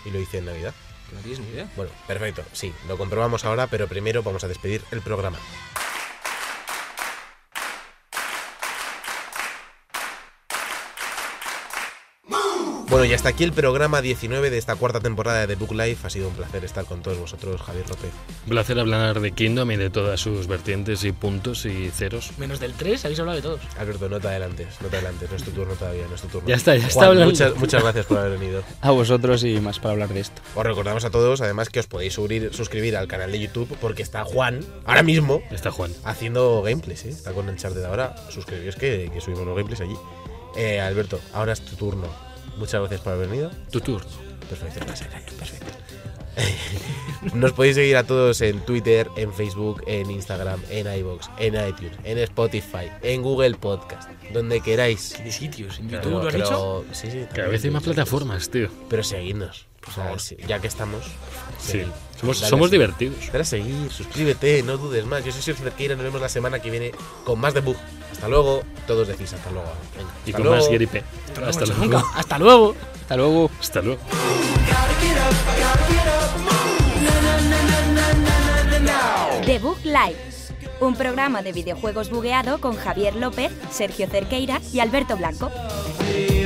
¿Qué?
Y lo hice en Navidad.
No tienes ni idea.
Bueno, perfecto, sí, lo comprobamos ahora, pero primero vamos a despedir el programa. Bueno, y hasta aquí el programa 19 de esta cuarta temporada de The Book Life. Ha sido un placer estar con todos vosotros, Javier López.
Un placer hablar de Kingdom y de todas sus vertientes y puntos y ceros.
Menos del 3, habéis hablado de todos.
Alberto, no te adelantes, no te adelantes, no es tu turno todavía, no es tu turno.
Ya está, ya está
Juan,
hablando.
Muchas, muchas gracias por haber venido.
A vosotros y más para hablar de esto.
Os recordamos a todos, además, que os podéis subir- suscribir al canal de YouTube porque está Juan ahora mismo
Está Juan.
haciendo gameplays, ¿eh? está con el chart de ahora. Suscribíos que, que subimos los gameplays allí. Eh, Alberto, ahora es tu turno. Muchas gracias por haber venido.
Tu tour.
Perfecto, gracias, gracias, perfecto. Nos podéis seguir a todos en Twitter, en Facebook, en Instagram, en iBox, en iTunes, en Spotify, en Google Podcast, donde queráis.
De sitios, en
Pero-
YouTube, ¿lo has
pero-
dicho?
Sí, sí.
Cada
también.
vez hay más plataformas, tío.
Pero seguidnos. O sea, si- ya que estamos.
Sí.
seguid.
Somos,
Dale
somos
a seguir.
divertidos.
Dale a seguir, suscríbete, no dudes más. Yo soy Sergio Cerqueira, nos vemos la semana que viene con más debug. Hasta luego, todos decís hasta luego. Venga,
Y
hasta
con
luego.
más gripe.
Esto no lo
Hasta
hemos hecho
luego.
nunca. Hasta luego.
Hasta luego.
Hasta luego.
The Book Live, un programa de videojuegos bugueado con Javier López, Sergio Cerqueira y Alberto Blanco.
Thank